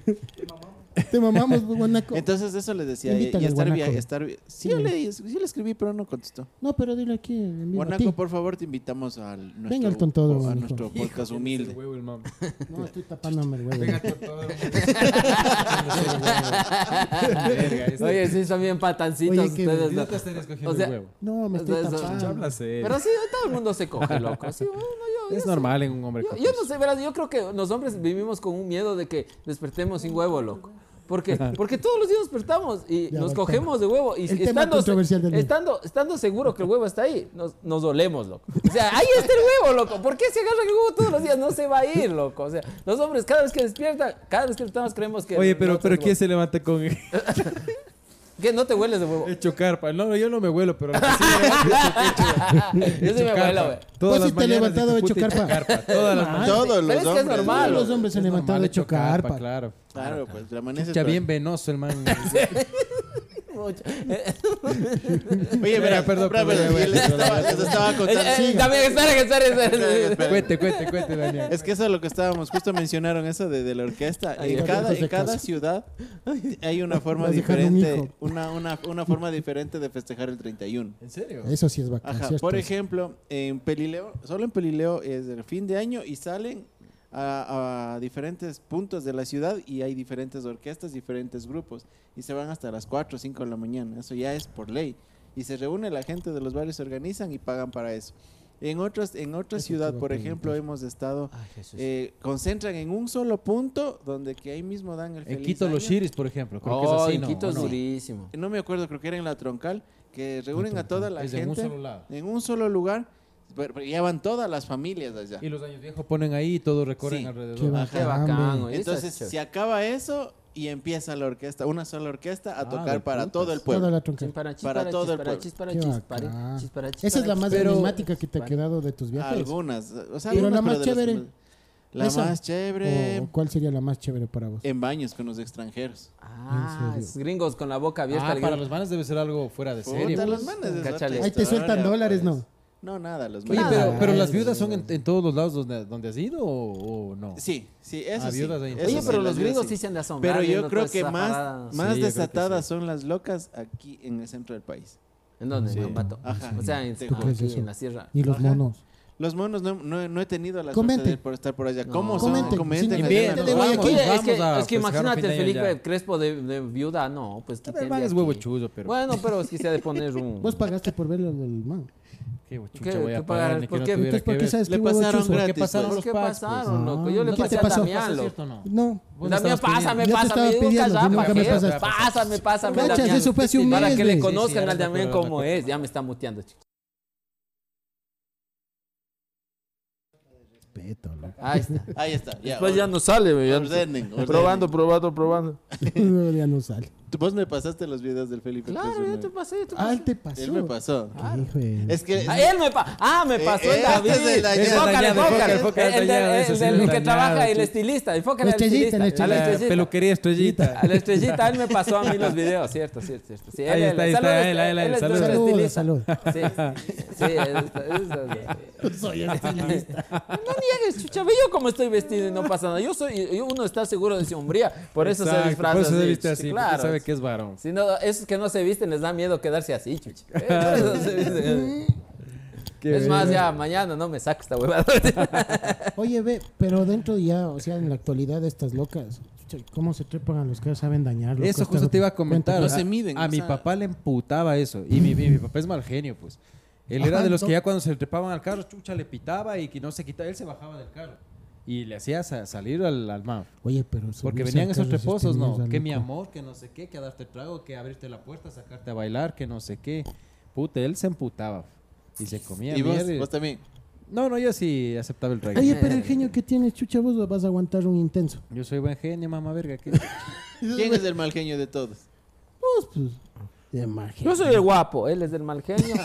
Te mamamos, pues, Guanaco.
Entonces eso les decía, y,
Invítale
y
al
estar, via-
guanaco.
estar vi- sí, yo le, sí le escribí, pero no contestó.
No, pero dile aquí. en vivo a ti.
Guanaco, por favor, te invitamos al nuestro,
Venga el tontodo,
a
mijo.
nuestro podcast humilde.
No, estoy tapándome el huevo.
<laughs>
<laughs> Oye, sí, son bien patancitos
Oye, qué
ustedes.
bendito
¿no?
estar escogiendo
O sea,
el huevo.
No, me estoy
Eso-
tapando.
Pero sí, todo el mundo se coge loco. Sí, bueno, yo,
es
yo-
normal en un hombre.
yo-
con
yo no sé, verás, yo creo que los hombres vivimos con un miedo de que despertemos sin huevo, loco. Porque, porque todos los días despertamos y
Ya va
nos
el
cogemos de huevo
El
y
tema
estando,
controversial del día.
estando, estando seguro que el huevo está ahí, nos, nos dolemos, loco. O sea, ahí está el huevo, loco. ¿Por qué se agarra el huevo todos los días? No se va a ir, loco. O sea, los hombres cada vez que despiertan, cada vez que despertamos creemos que...
Oye, pero,
no está
pero
el
¿quién
huevo.
se levanta con.?
¿Qué? ¿No te hueles de huevo?
Hecho carpa. No, no, yo no me vuelo,
<laughs>
pero lo que sí me hecho- hecho-
Ah, Yo sí me
hecho
vuelo,
carpa.
güey.
Todas
Pues
las
si te he
mañanas
levantado
hijo de
hecho
puta, hijo de
carpa.
Todas
Ah,
las mañanas.
Todos los
Pero es que es
hombres.
normal.
Todos los hombres pues se
Es
levantaron
normal
hecho
hecho
carpa.
Claro.
Claro, pues la amanece.
Está bien venoso el man.
Oye,
Espera, perdón,
pero, perdón,
perdón, ya voy a
les,
hacer la-
estaba, les estaba
Eh,
contando.
eh, también, espera, espera,
Espera,
espera.
espera.
cuente, cuente, cuente, Daniel.
Es que eso es lo que estábamos, justo mencionaron eso de, de la orquesta.
Ahí
en
está,
cada,
hijos de
en cada
casa.
ciudad hay una forma
Vas a dejar un
diferente,
hijo.
una, una, una forma diferente de festejar el 31.
¿En serio?
Eso sí es bacán,
Ajá,
¿cierto?
por ejemplo, en Pelileo, solo en Pelileo es el fin de año y salen a, a diferentes puntos de la ciudad y hay diferentes orquestas, diferentes grupos y se van hasta las 4 o 5 de la mañana, eso ya es por ley. Y se reúne la gente de los barrios, se organizan y pagan para eso. En otras en otra
Eso te
ciudad,
iba a
por ejemplo,
preguntar. Ah,
hemos estado
Ay, Jesús.
eh, concentran en un solo punto donde que ahí mismo dan el
En
feliz
Quito los
año.
Shiris, por ejemplo. Creo que es
oh,
así,
en
¿no?
Quito
¿O
es
no?
durísimo.
No me acuerdo, creo que era en la Troncal, que reúnen a toda la
Es
gente
en un solo lado.
en un solo lugar, pero, pero ya van todas las familias allá.
Y los años viejos ponen ahí y todos recorren
Sí.
Qué
alrededor. Ah,
bacán,
Qué bacán,
güey.
güey. Eso
Entonces
es chévere.
se acaba eso y empieza la orquesta, una sola orquesta a
Ah, de
tocar para
putas.
todo el
Toda
pueblo.
la tronca.
Chimpara, chispara,
Para todo el
chispara,
pueblo.
chispara,
Qué
chispare,
bacán.
chispara,
Esa es
chispara,
la más
chispara.
enigmática que te ha quedado de tus viajes.
Algunas, o sea,
Pero
algunas,
la más
de las
chévere.
que- La
¿Esa?
más chévere
Oh.
¿O cuál sería la más chévere para vos?
en baños con los extranjeros.
Ah,
En serio.
esos gringos con la boca abierta.
Ah,
le
para
dijeron,
los manes debe ser algo fuera de serie.
Puta,
pues.
los manes es
Cáchale.
otra
Ahí te
historia,
sueltan dólares,
pues.
¿no?
No, nada, los
Oye,
manes.
pero,
Nada.
pero las viudas son en, en todos los lados donde, donde has ido o, o no.
Sí, sí, eso
Ah,
sí.
viudas ahí.
eso
Oye,
sí,
pero
las
los
viudas
gringos sí se han de asombrar.
Pero yo
viendo
creo
toda
que
esa
más,
parada.
más
Sí, yo creo que
desatadas son las locas aquí en el centro del país.
¿En dónde? En Ambato.
Ajá.
O sea, en,
¿Tú
ah,
crees
aquí,
eso?
en la sierra.
Ni los monos.
Los monos no, no, no he tenido la
Comenten.
suerte de por estar por allá. ¿Cómo son?
Comenten,
Comenten.
sin
ayúdanos.
envidia, te digo,
Vamos.
Guayaquil.
Oye, es
Vamos
que,
a
es que
festejar un
imagínate
fin
el
de año
Felipe
ya.
Crespo de, de viuda, no, pues
Tal vez
quiten de
van es
aquí.
huevo chudo, pero
Bueno, pero es que se ha de poner un...
Vos pagaste por verlo del man.
qué
¿Qué-
chucha voy
qué
a
pagar?
pagar ni que
¿Por
no
qué?
tuviera
Entonces,
que
¿por qué
ver.
sabes
Le
que hubo
pasaron
chuzo?
gratis,
¿Qué pasaron
pues.
los
¿Por qué
packs, pues?
pasaron,
No.
loco? Yo le
¿Qué te
pasé a
pasó?
Damián,
¿Es
loco.
cierto o no?
No.
Vos
Damián,
estabas
pásame,
pidiendo-
Yo te estaba
pásame, digo,
pidiendo,
callapa,
y nunca me
jefe,
pasaste.
Pásame, pásame,
Cachas,
Damián.
eso fue hace un
Para
mes,
que le
güey.
Sí,
conozcan
sí, ahora
al
me
Damián
acuerdo de la
como
copa.
es. Ya me está muteando, chicos.
Respeto, loco.
Ahí está.
Ahí está. Ya,
Después ya no sale, güey. ya no-
ordenen, ordenen.
Probando, probando, probando.
ya no sale.
Tú- Vos me pasaste los videos del Felipe.
Claro,
Cruz,
yo
¿no?
te pasé, yo te
Ah,
pasé.
él te pasó.
Él me pasó.
Qué Ah, hijo de-
Es que
Ah, él me pa- ah, me
Eh,
pasó el
eh,
David.
este es el dañado.
Enfócale,
Dañado,
enfócale.
enfócale,
El, del-
dañado,
el
ese sí
del
es
que
dañado,
trabaja, el
sí.
estilista. Enfócale
La
al
estrellita,
estilista.
la
a
estrellita.
la
La
estrellita.
peluquería estrellita.
A la estrellita, él me pasó a mí los videos, cierto, cierto, cierto. Sí,
Ahí
él-
está, ahí
él-
está,
saludos,
él, él,
él es
saludos.
nuestro
Saludos,
estilista.
saludos.
Sí, sí, él está- él está-
Soy estilista.
No niegues, chucha, ve yo cómo estoy vestido y no pasa nada. Yo soy, yo- uno está seguro de su hombría, por eso
Exacto,
se disfraza
Por eso se
así,
viste
chucha,
así, porque
claro.
sabe que es varón.
Si no, esos que no se visten les da miedo quedarse así,
<laughs>
chucha. Eh, por eso se visten.
Qué
es más,
bien.
ya mañana no me saco esta huevada. <laughs>
Oye, ve, pero dentro de ya, o sea, en la actualidad de estas locas, chucha, ¿cómo se trepan a los que saben dañar? loco?
Eso
Esta
justo te iba a
cuenta-
comentar.
No
A,
se miden,
a
o
mi
sea-
papá le emputaba eso. Y mi, mi- mi papá es mal genio, pues. Él era
Ajá,
de los que
no.
ya cuando se trepaban al carro, chucha, le pitaba y que no se quitaba. Él se bajaba del carro. Y le hacía sa- salir al, al man.
Oye, pero... subirse
Porque
al
venían esos
carro, esos
reposos, ¿no?
tenidos,
Que
loco.
mi amor, que no sé qué, que a darte trago, que abrirte la puerta, sacarte a bailar, que no sé qué. Puta, él se emputaba. Y se comía
y vos,
mierda.
vos también.
No, no, yo sí aceptaba el trago.
Oye, pero el genio que tienes, chucha, vos vas a aguantar un intenso.
Yo soy buen genio, mamá verga.
<laughs>
¿qué?
¿Quién es el mal genio de todos?
Vos, pues, de magia.
Yo soy el guapo, él es del mal genio.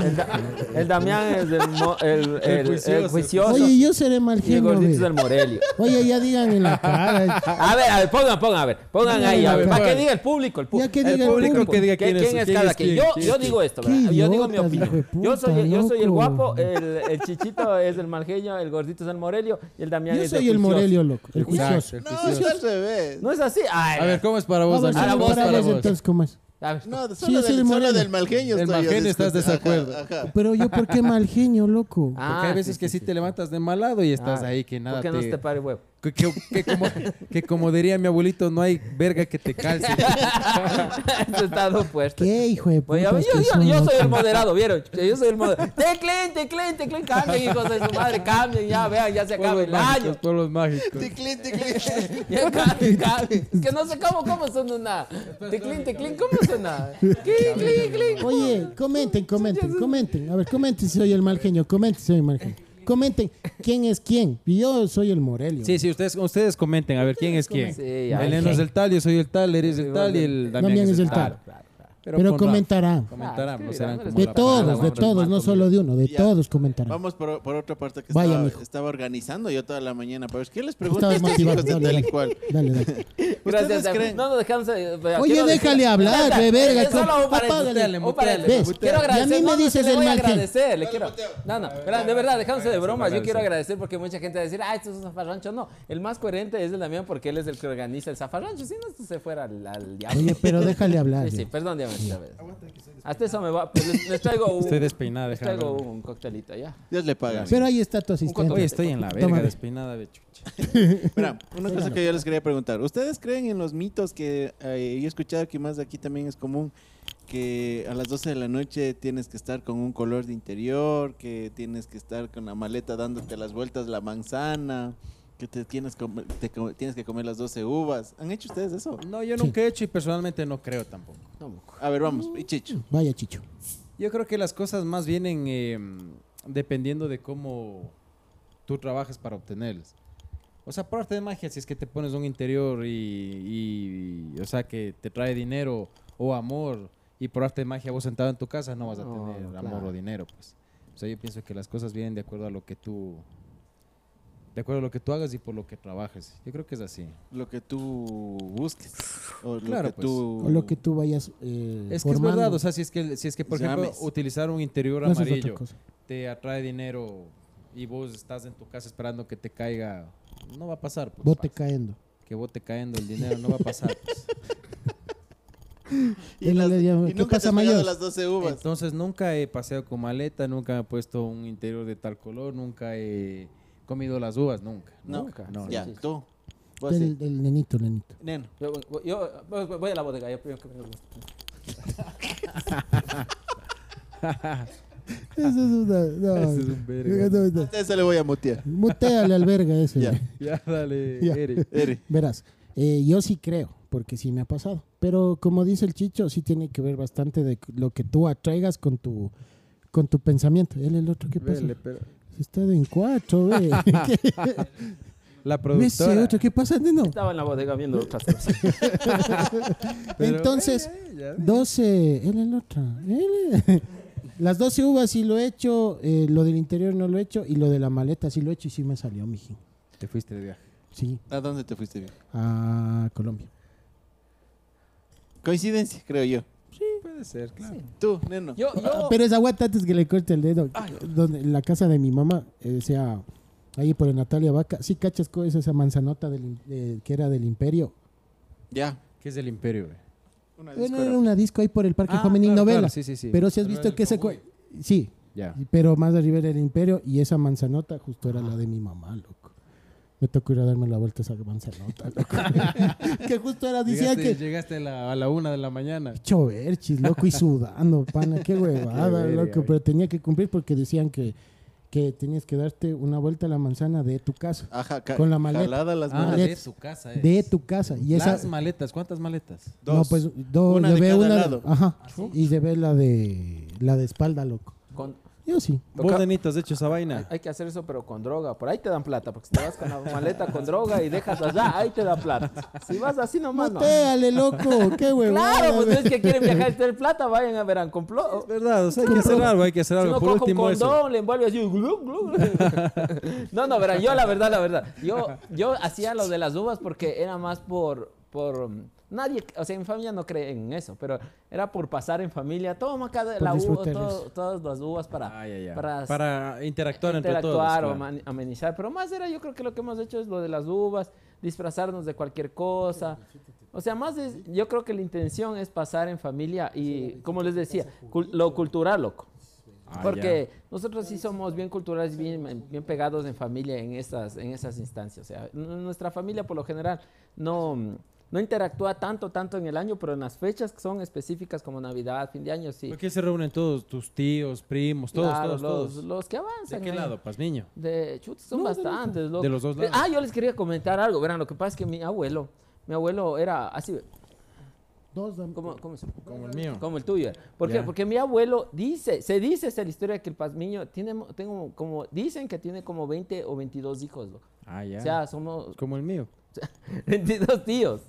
El, Da- el Damián es del mo- el, el- el
juicioso.
juicioso.
Oye, yo seré mal
y el
genio,
gordito es
ve.
del Morelio.
Oye, ya digan en la cara.
A ver, a ver, pongan, pongan, a ver, pongan ahí, a ver, para que
Pongan.
diga el público, el, pu-
Ya que diga el público.
que diga
¿Qué-
quién es-
quién es
quién
cada
es
quien.
quién,
Yo,
quién
yo
es
digo esto,
Qué
¿verdad? yo digo mi
idiotas, hijo de
opinión.
puta,
yo, soy, yo soy el
loco.
guapo, el, el chichito es del malgeño, el gordito es del Morelio y el Damián
Yo
es del
soy el
juicioso.
Morelio, loco. El
Exacto,
juicioso.
el
No,
juicioso.
está al revés.
No es así. Ay,
A ver, ¿cómo es para vos,
Vamos
Daniel?
a
Ahora
¿Cómo
vos,
es para
comparar
vos?
entonces cómo es.
a ver.
No,
Sí,
solo,
yo soy
del,
el
solo
moreno.
del mal genio.
Del
estoy
mal
yo
genio estás
discutiendo.
desacuerdo.
Ajá, ajá.
Pero yo, ¿por qué mal genio, loco?
Ah,
Porque hay veces
sí,
que
sí,
sí, te levantas de mal lado y estás
Ah,
ahí que nada
¿Por qué no se te pare huevo? <laughs>
que, que- que como, que como diría mi abuelito, no hay verga que te calce.
Eso está dos puestos.
¿Qué, hijo de puta?
Oye, Pues, a ver, yo, yo, yo soy el moderado, ¿vieron? Yo soy el moderado. Teclen, teclen, teclen, cambien, hijos de su madre, cambien, ya, vean, ya se acaba
Pueblos
el año.
mágicos, pueblos mágicos.
Ticlín, <laughs> ticlín.
<laughs> Ya, cambien, cambien. Es que no sé cómo, cómo suena nada. Teclin, teclin, ¿cómo suena? Clin, clin, clin.
Oye, comenten, comenten, comenten. A ver, comenten si soy el mal genio. Comenten si soy el mal genio. Comenten quién es quién. Yo soy el Morelio.
Sí, sí, ustedes, ustedes comenten, a ver quién es quién.
comenten. Sí, ya.
Elena es el tal, yo soy el tal, eres el tal y el Damián es el tal.
Claro, claro.
Pero,
Pero
con ra-
comentarán.
Comentarán,
Ah,
no serán
escribirán,
como
De
la
todos,
parada,
de
hombre,
todos,
Marco,
no solo de uno, de
Ya.
todos comentarán.
Vamos por, por otra parte que
Vaya, mijo.
estaba, estaba organizando yo toda la mañana. Pero es que les pregunto. <laughs>
Estabas motivado, dale,
Tal
dale.
cual.
Dale, dale.
¿Ustedes
<laughs> Gracias,
creen?
No nos dejamos. eh, pero
Oye,
quiero
déjale hablar,
Espera,
ve, verga,
es solo
compa,
un paréntesis,
apágale,
un
muteale,
paréntesis.
muteale.
Quiero
Y a mí
agradecer.
me
no, no,
dices
sí, le
el
voy a
mal genio.
agradecer, le quiero. No, no, pero de verdad, dejándose de
Agradecer,
bromas. Yo quiero
agradecer.
agradecer porque mucha gente va a decir, ah, esto es un zafarrancho. No, el más coherente es el Damián porque él es el que organiza el zafarrancho. Si no, esto se fuera al, al diablo.
Oye, pero déjale hablar.
Sí, sí,
ya.
perdón, Damián, esta vez. Hasta eso me va. Pues les, les traigo un.
Estoy despeinada,
les traigo
déjame ver.
un coctelito ya.
Dios le paga.
Pero ahí está tu asistente.
Oye, estoy en la verga,
Tómame.
despeinada de chucha.
Mira, una cosa que yo les quería preguntar. ¿Ustedes creen en los mitos que eh, yo he escuchado que más de aquí también es común? Que a las 12 de la noche tienes que estar con un color de interior, que tienes que estar con la maleta dándote las vueltas la manzana, que te tienes, com- te com- tienes que comer las 12 uvas. ¿Han hecho ustedes eso?
No, yo nunca he hecho y personalmente no creo tampoco.
A ver, vamos, y Chicho.
Vaya, Chicho.
Yo creo que las cosas más vienen eh, dependiendo de cómo tú trabajes para obtenerlas. O sea, parte de magia, si es que te pones un interior y, y- o sea, que te trae dinero o amor, y por arte de magia vos sentado en tu casa no vas a
No,
tener
no,
amor
claro.
o dinero, pues. O sea, yo pienso que las cosas vienen de acuerdo a lo que tú, de acuerdo a lo que tú hagas y por lo que trabajes. Yo creo que es así.
Lo que tú busques. O lo
Claro,
que
pues.
tú...
O lo que tú vayas. eh,
Es que es
formando.
verdad, o sea, si es que, si es que por
Llames.
ejemplo, utilizar un interior
No, eso es otra
amarillo
cosa.
te atrae dinero y vos estás en tu casa esperando que te caiga, no va a pasar. pues,
Bote
pa-
cayendo.
que bote cayendo el dinero, no va a pasar.
<laughs>
pues.
Y,
Él
las-
le llama,
y
¿qué
nunca te
pasa,
has pegado
mayor?
las 12 uvas.
Entonces nunca he paseado con maleta, nunca me he puesto un interior de tal color, nunca he comido las uvas, nunca.
no,
Nunca. No,
ya,
no.
tú.
Pues
Vos sí.
Del, del nenito,
<laughs>
nenito.
Neno.
Yo, yo- yo- voy a la bodega, yo primero que me gusta.
Eso es una- no,
Ese es un verga.
no, no.
A ese le voy a mutear.
Muteale al verga ese.
Ya.
<laughs> Ya, dale,
<laughs> Ya.
Eric.
Eri.
Verás, eh, yo sí creo, porque sí me ha pasado. Pero como dice el Chicho, sí tiene que ver bastante de lo que tú atraigas con tu con tu pensamiento. Él el otro, ¿qué pasa?
Vele, pero-
Se está en
<laughs>
cuatro, ve. ¿Qué?
La
Ese
productora.
otro, ¿qué pasa, neno?
Estaba en la bodega viendo otras cosas.
Pero-
Entonces,
Eh, ya,
12, él el otro. él- <laughs> Las 12 uvas sí lo he hecho, eh, lo del interior no lo he hecho, y lo de la maleta sí lo he hecho y sí me salió, mijín.
Te fuiste de viaje.
Sí,
¿A dónde te fuiste bien?
a Colombia.
Coincidencia, creo yo.
Puede ser, claro.
Tú, neno.
Yo,
Oh.
yo,
Pero es aguanta antes que le corte el dedo. Donde, en la casa de mi mamá, eh, o sea, ahí por el Natalia Vaca, sí cachas co- esa manzanota del, eh, que era del Imperio.
Ya.
¿Qué es el imperio? güey?
Una
Bueno,
discora.
era una disco ahí por el Parque
Ah,
Joven y
claro,
Novela.
claro, sí, sí, sí.
Pero si has
Pero
visto
era
que
el
ese... co- Sí,
Ya.
pero más arriba era el Imperio y esa manzanota justo era la de mi mamá, loco. Me tocó ir a darme la vuelta a esa manzanota, loco.
<laughs>
<laughs> que justo era, decía
Llegaste,
que...
llegaste a, la, a la una de la mañana.
Choverchis, loco, y sudando, pana, qué huevada,
Qué verga,
loco.
güey.
Pero tenía que cumplir porque decían que, que tenías que darte una vuelta a la manzana de tu casa.
Ajá, ca-
con la maleta.
jalada las
Ah,
manos.
de
maletas.
tu casa. es.
De tu casa. Y esa.
Las maletas, ¿cuántas maletas?
No,
Dos.
pues dos,
Una de
llevé
cada
una.
lado.
Ajá. Y llevé la de la de espalda, loco.
con-
Yo sí.
Vos, Denito, has hecho esa vaina.
hay que hacer eso, pero con droga. Por ahí te dan plata, porque si te vas con la maleta con droga y dejas allá, ahí te dan plata. Si vas así nomás, no.
Muteale, loco, qué huevada.
Claro, pues no
güey.
es que quieren viajar y tener plata, vayan a verán con
Es <laughs> verdad, o sea, hay que hacer algo, hay que hacer
Si
algo.
uno
Por
coge un
último, eso.
condón, le envuelve así. glu, glu, glu. No, no, verán, yo la verdad, la verdad. Yo, yo hacía lo de las uvas porque era más por, por... mm, Nadie, o sea, en familia no cree en eso, pero era por pasar en familia. Toma cada
Por
la uva,
disfrutar
to-
eso.
todas las uvas para,
Ah, ya, ya.
para,
Para, interactuar entre todos.
interactuar o
claro.
aman- amenizar. Pero más era, yo creo que lo que hemos hecho es lo de las uvas, disfrazarnos de cualquier cosa. O sea, más es- yo creo que la intención es pasar en familia y, como les decía, cul- lo cultural, loco.
Ah,
Porque nosotros sí somos bien culturales, bien, bien pegados en familia en esas, en esas instancias. O sea, n- nuestra familia por lo general no, mm, no interactúa tanto, tanto en el año, pero en las fechas que son específicas como Navidad, fin de año, sí.
¿Por qué se reúnen todos? Tus tíos, primos, todos,
Claro,
todos,
los,
todos.
los que
¿De
avanzan.
qué
ahí.
lado, Paz Niño?
De chut, son bastantes, loco.
de los dos
Pero-
lados.
Ah, yo les quería comentar algo. Verán, lo que pasa es que mi abuelo, mi abuelo era así,
Dos, dame.
como, como, se-
Como el mío.
como el tuyo. ¿Por qué?
Ya.
Porque mi abuelo dice, se dice esa historia que el Pazmiño tiene, mo- tengo como, dicen que tiene como 20 o 22 hijos, loco.
Ah, ya.
O sea, somos <laughs>
como el mío.
22 tíos.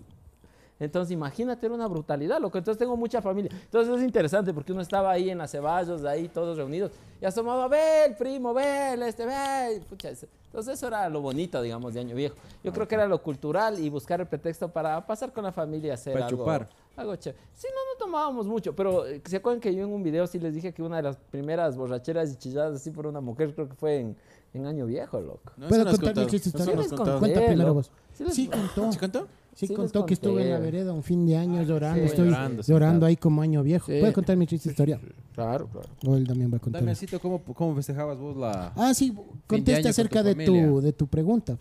Entonces, imagínate, era una brutalidad, loco. Entonces, tengo mucha familia. Entonces, es interesante porque uno estaba ahí en las Ceballos, ahí todos reunidos, y asomaba, ve el primo, ve el este, ve. el-". Pucha, ese- entonces, eso era lo bonito, digamos, de Año Viejo. Yo creo que era lo cultural y buscar el pretexto para pasar con la familia, hacer
Para
algo.
chupar.
Algo chévere. Sí, no, no tomábamos mucho, pero eh, ¿se acuerdan que yo en un video sí les dije que una de las primeras borracheras y chilladas así por una mujer creo que fue en, en Año Viejo, loco?
No,
¿Puedo
eso no has
contar mi
contado.
chiste
Eso no
también?
has contado.
Cuenta primero
loco.
vos.
Sí les-
Sí contó.
¿Sí contó?
Sí
Sí les
contó que estuve en la
conté.
vereda un fin de año llorando.
sí.
Estoy
Llorando,
llorando,
sí, claro.
ahí como año viejo.
Sí.
¿Puedes contar mi triste historia?
Claro, claro.
O él también va a contar.
Dame asito, ¿cómo, ¿cómo festejabas vos la...?
Ah, sí,
año
contesta
con
acerca
tu
de, tu,
familia.
de tu pregunta.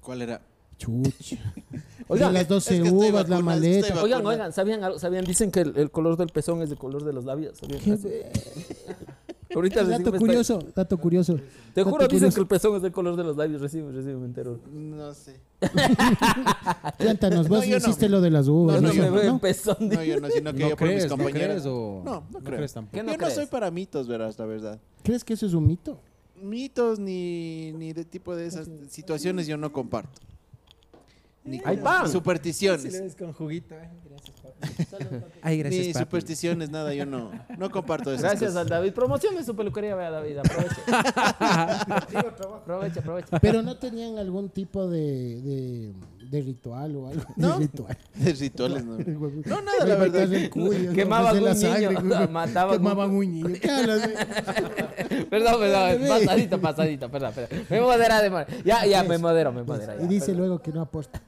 ¿Cuál era?
Chuch.
Oiga,
de las 12
es que estoy
uvas, la
vacuna, es que
maleta.
estoy
Oigan,
vacuna.
oigan, ¿sabían, algo? ¿sabían? Dicen que el, el color del pezón es el color de los labios. ¿sabían? Así. <laughs> Ahorita les digo,
Dato
me
curioso, dato curioso.
está- Te juro,
dato
dicen que
curioso.
el pezón es del color de los labios. Recibe, recibe, me entero.
No sé.
Cuéntanos,
No,
vos
yo no.
hiciste lo de las uvas. No,
No, no,
yo
me
no,
veo
¿No?
en pezón.
No, yo no, sino que yo
¿No
por mis
crees? ¿No
compañeros.
crees o...?
No, no creo.
crees tampoco.
¿Qué no
yo
crees?
no soy para mitos, verás, la verdad.
¿Crees que eso es un mito?
Mitos ni, ni de tipo de esas situaciones yo no comparto. Ni
Ahí van.
supersticiones.
con juguito. Ay, gracias, papi. Ay,
Ni supersticiones, nada, yo no, no comparto esas
Gracias
cosas.
al David. Promocione su peluquería, vea,
<laughs>
David. Aproveche. aprovecha, aprovecha.
Pero no tenían algún tipo de, de, de ritual o algo.
¿No?
<laughs> De ritual.
De rituales, no. No, nada, la
Metías
verdad.
el cuyo,
Quemaban
ofrecer la
un niño,
güey.
mataban
Quemaban un niño. ¿Qué hablas, güey?
Perdón, perdón. Pasadito, pasadito. Perdón, perdón. Me modera de mar- Ya, ya, me modero, me modera.
Y dice luego que no apuesta.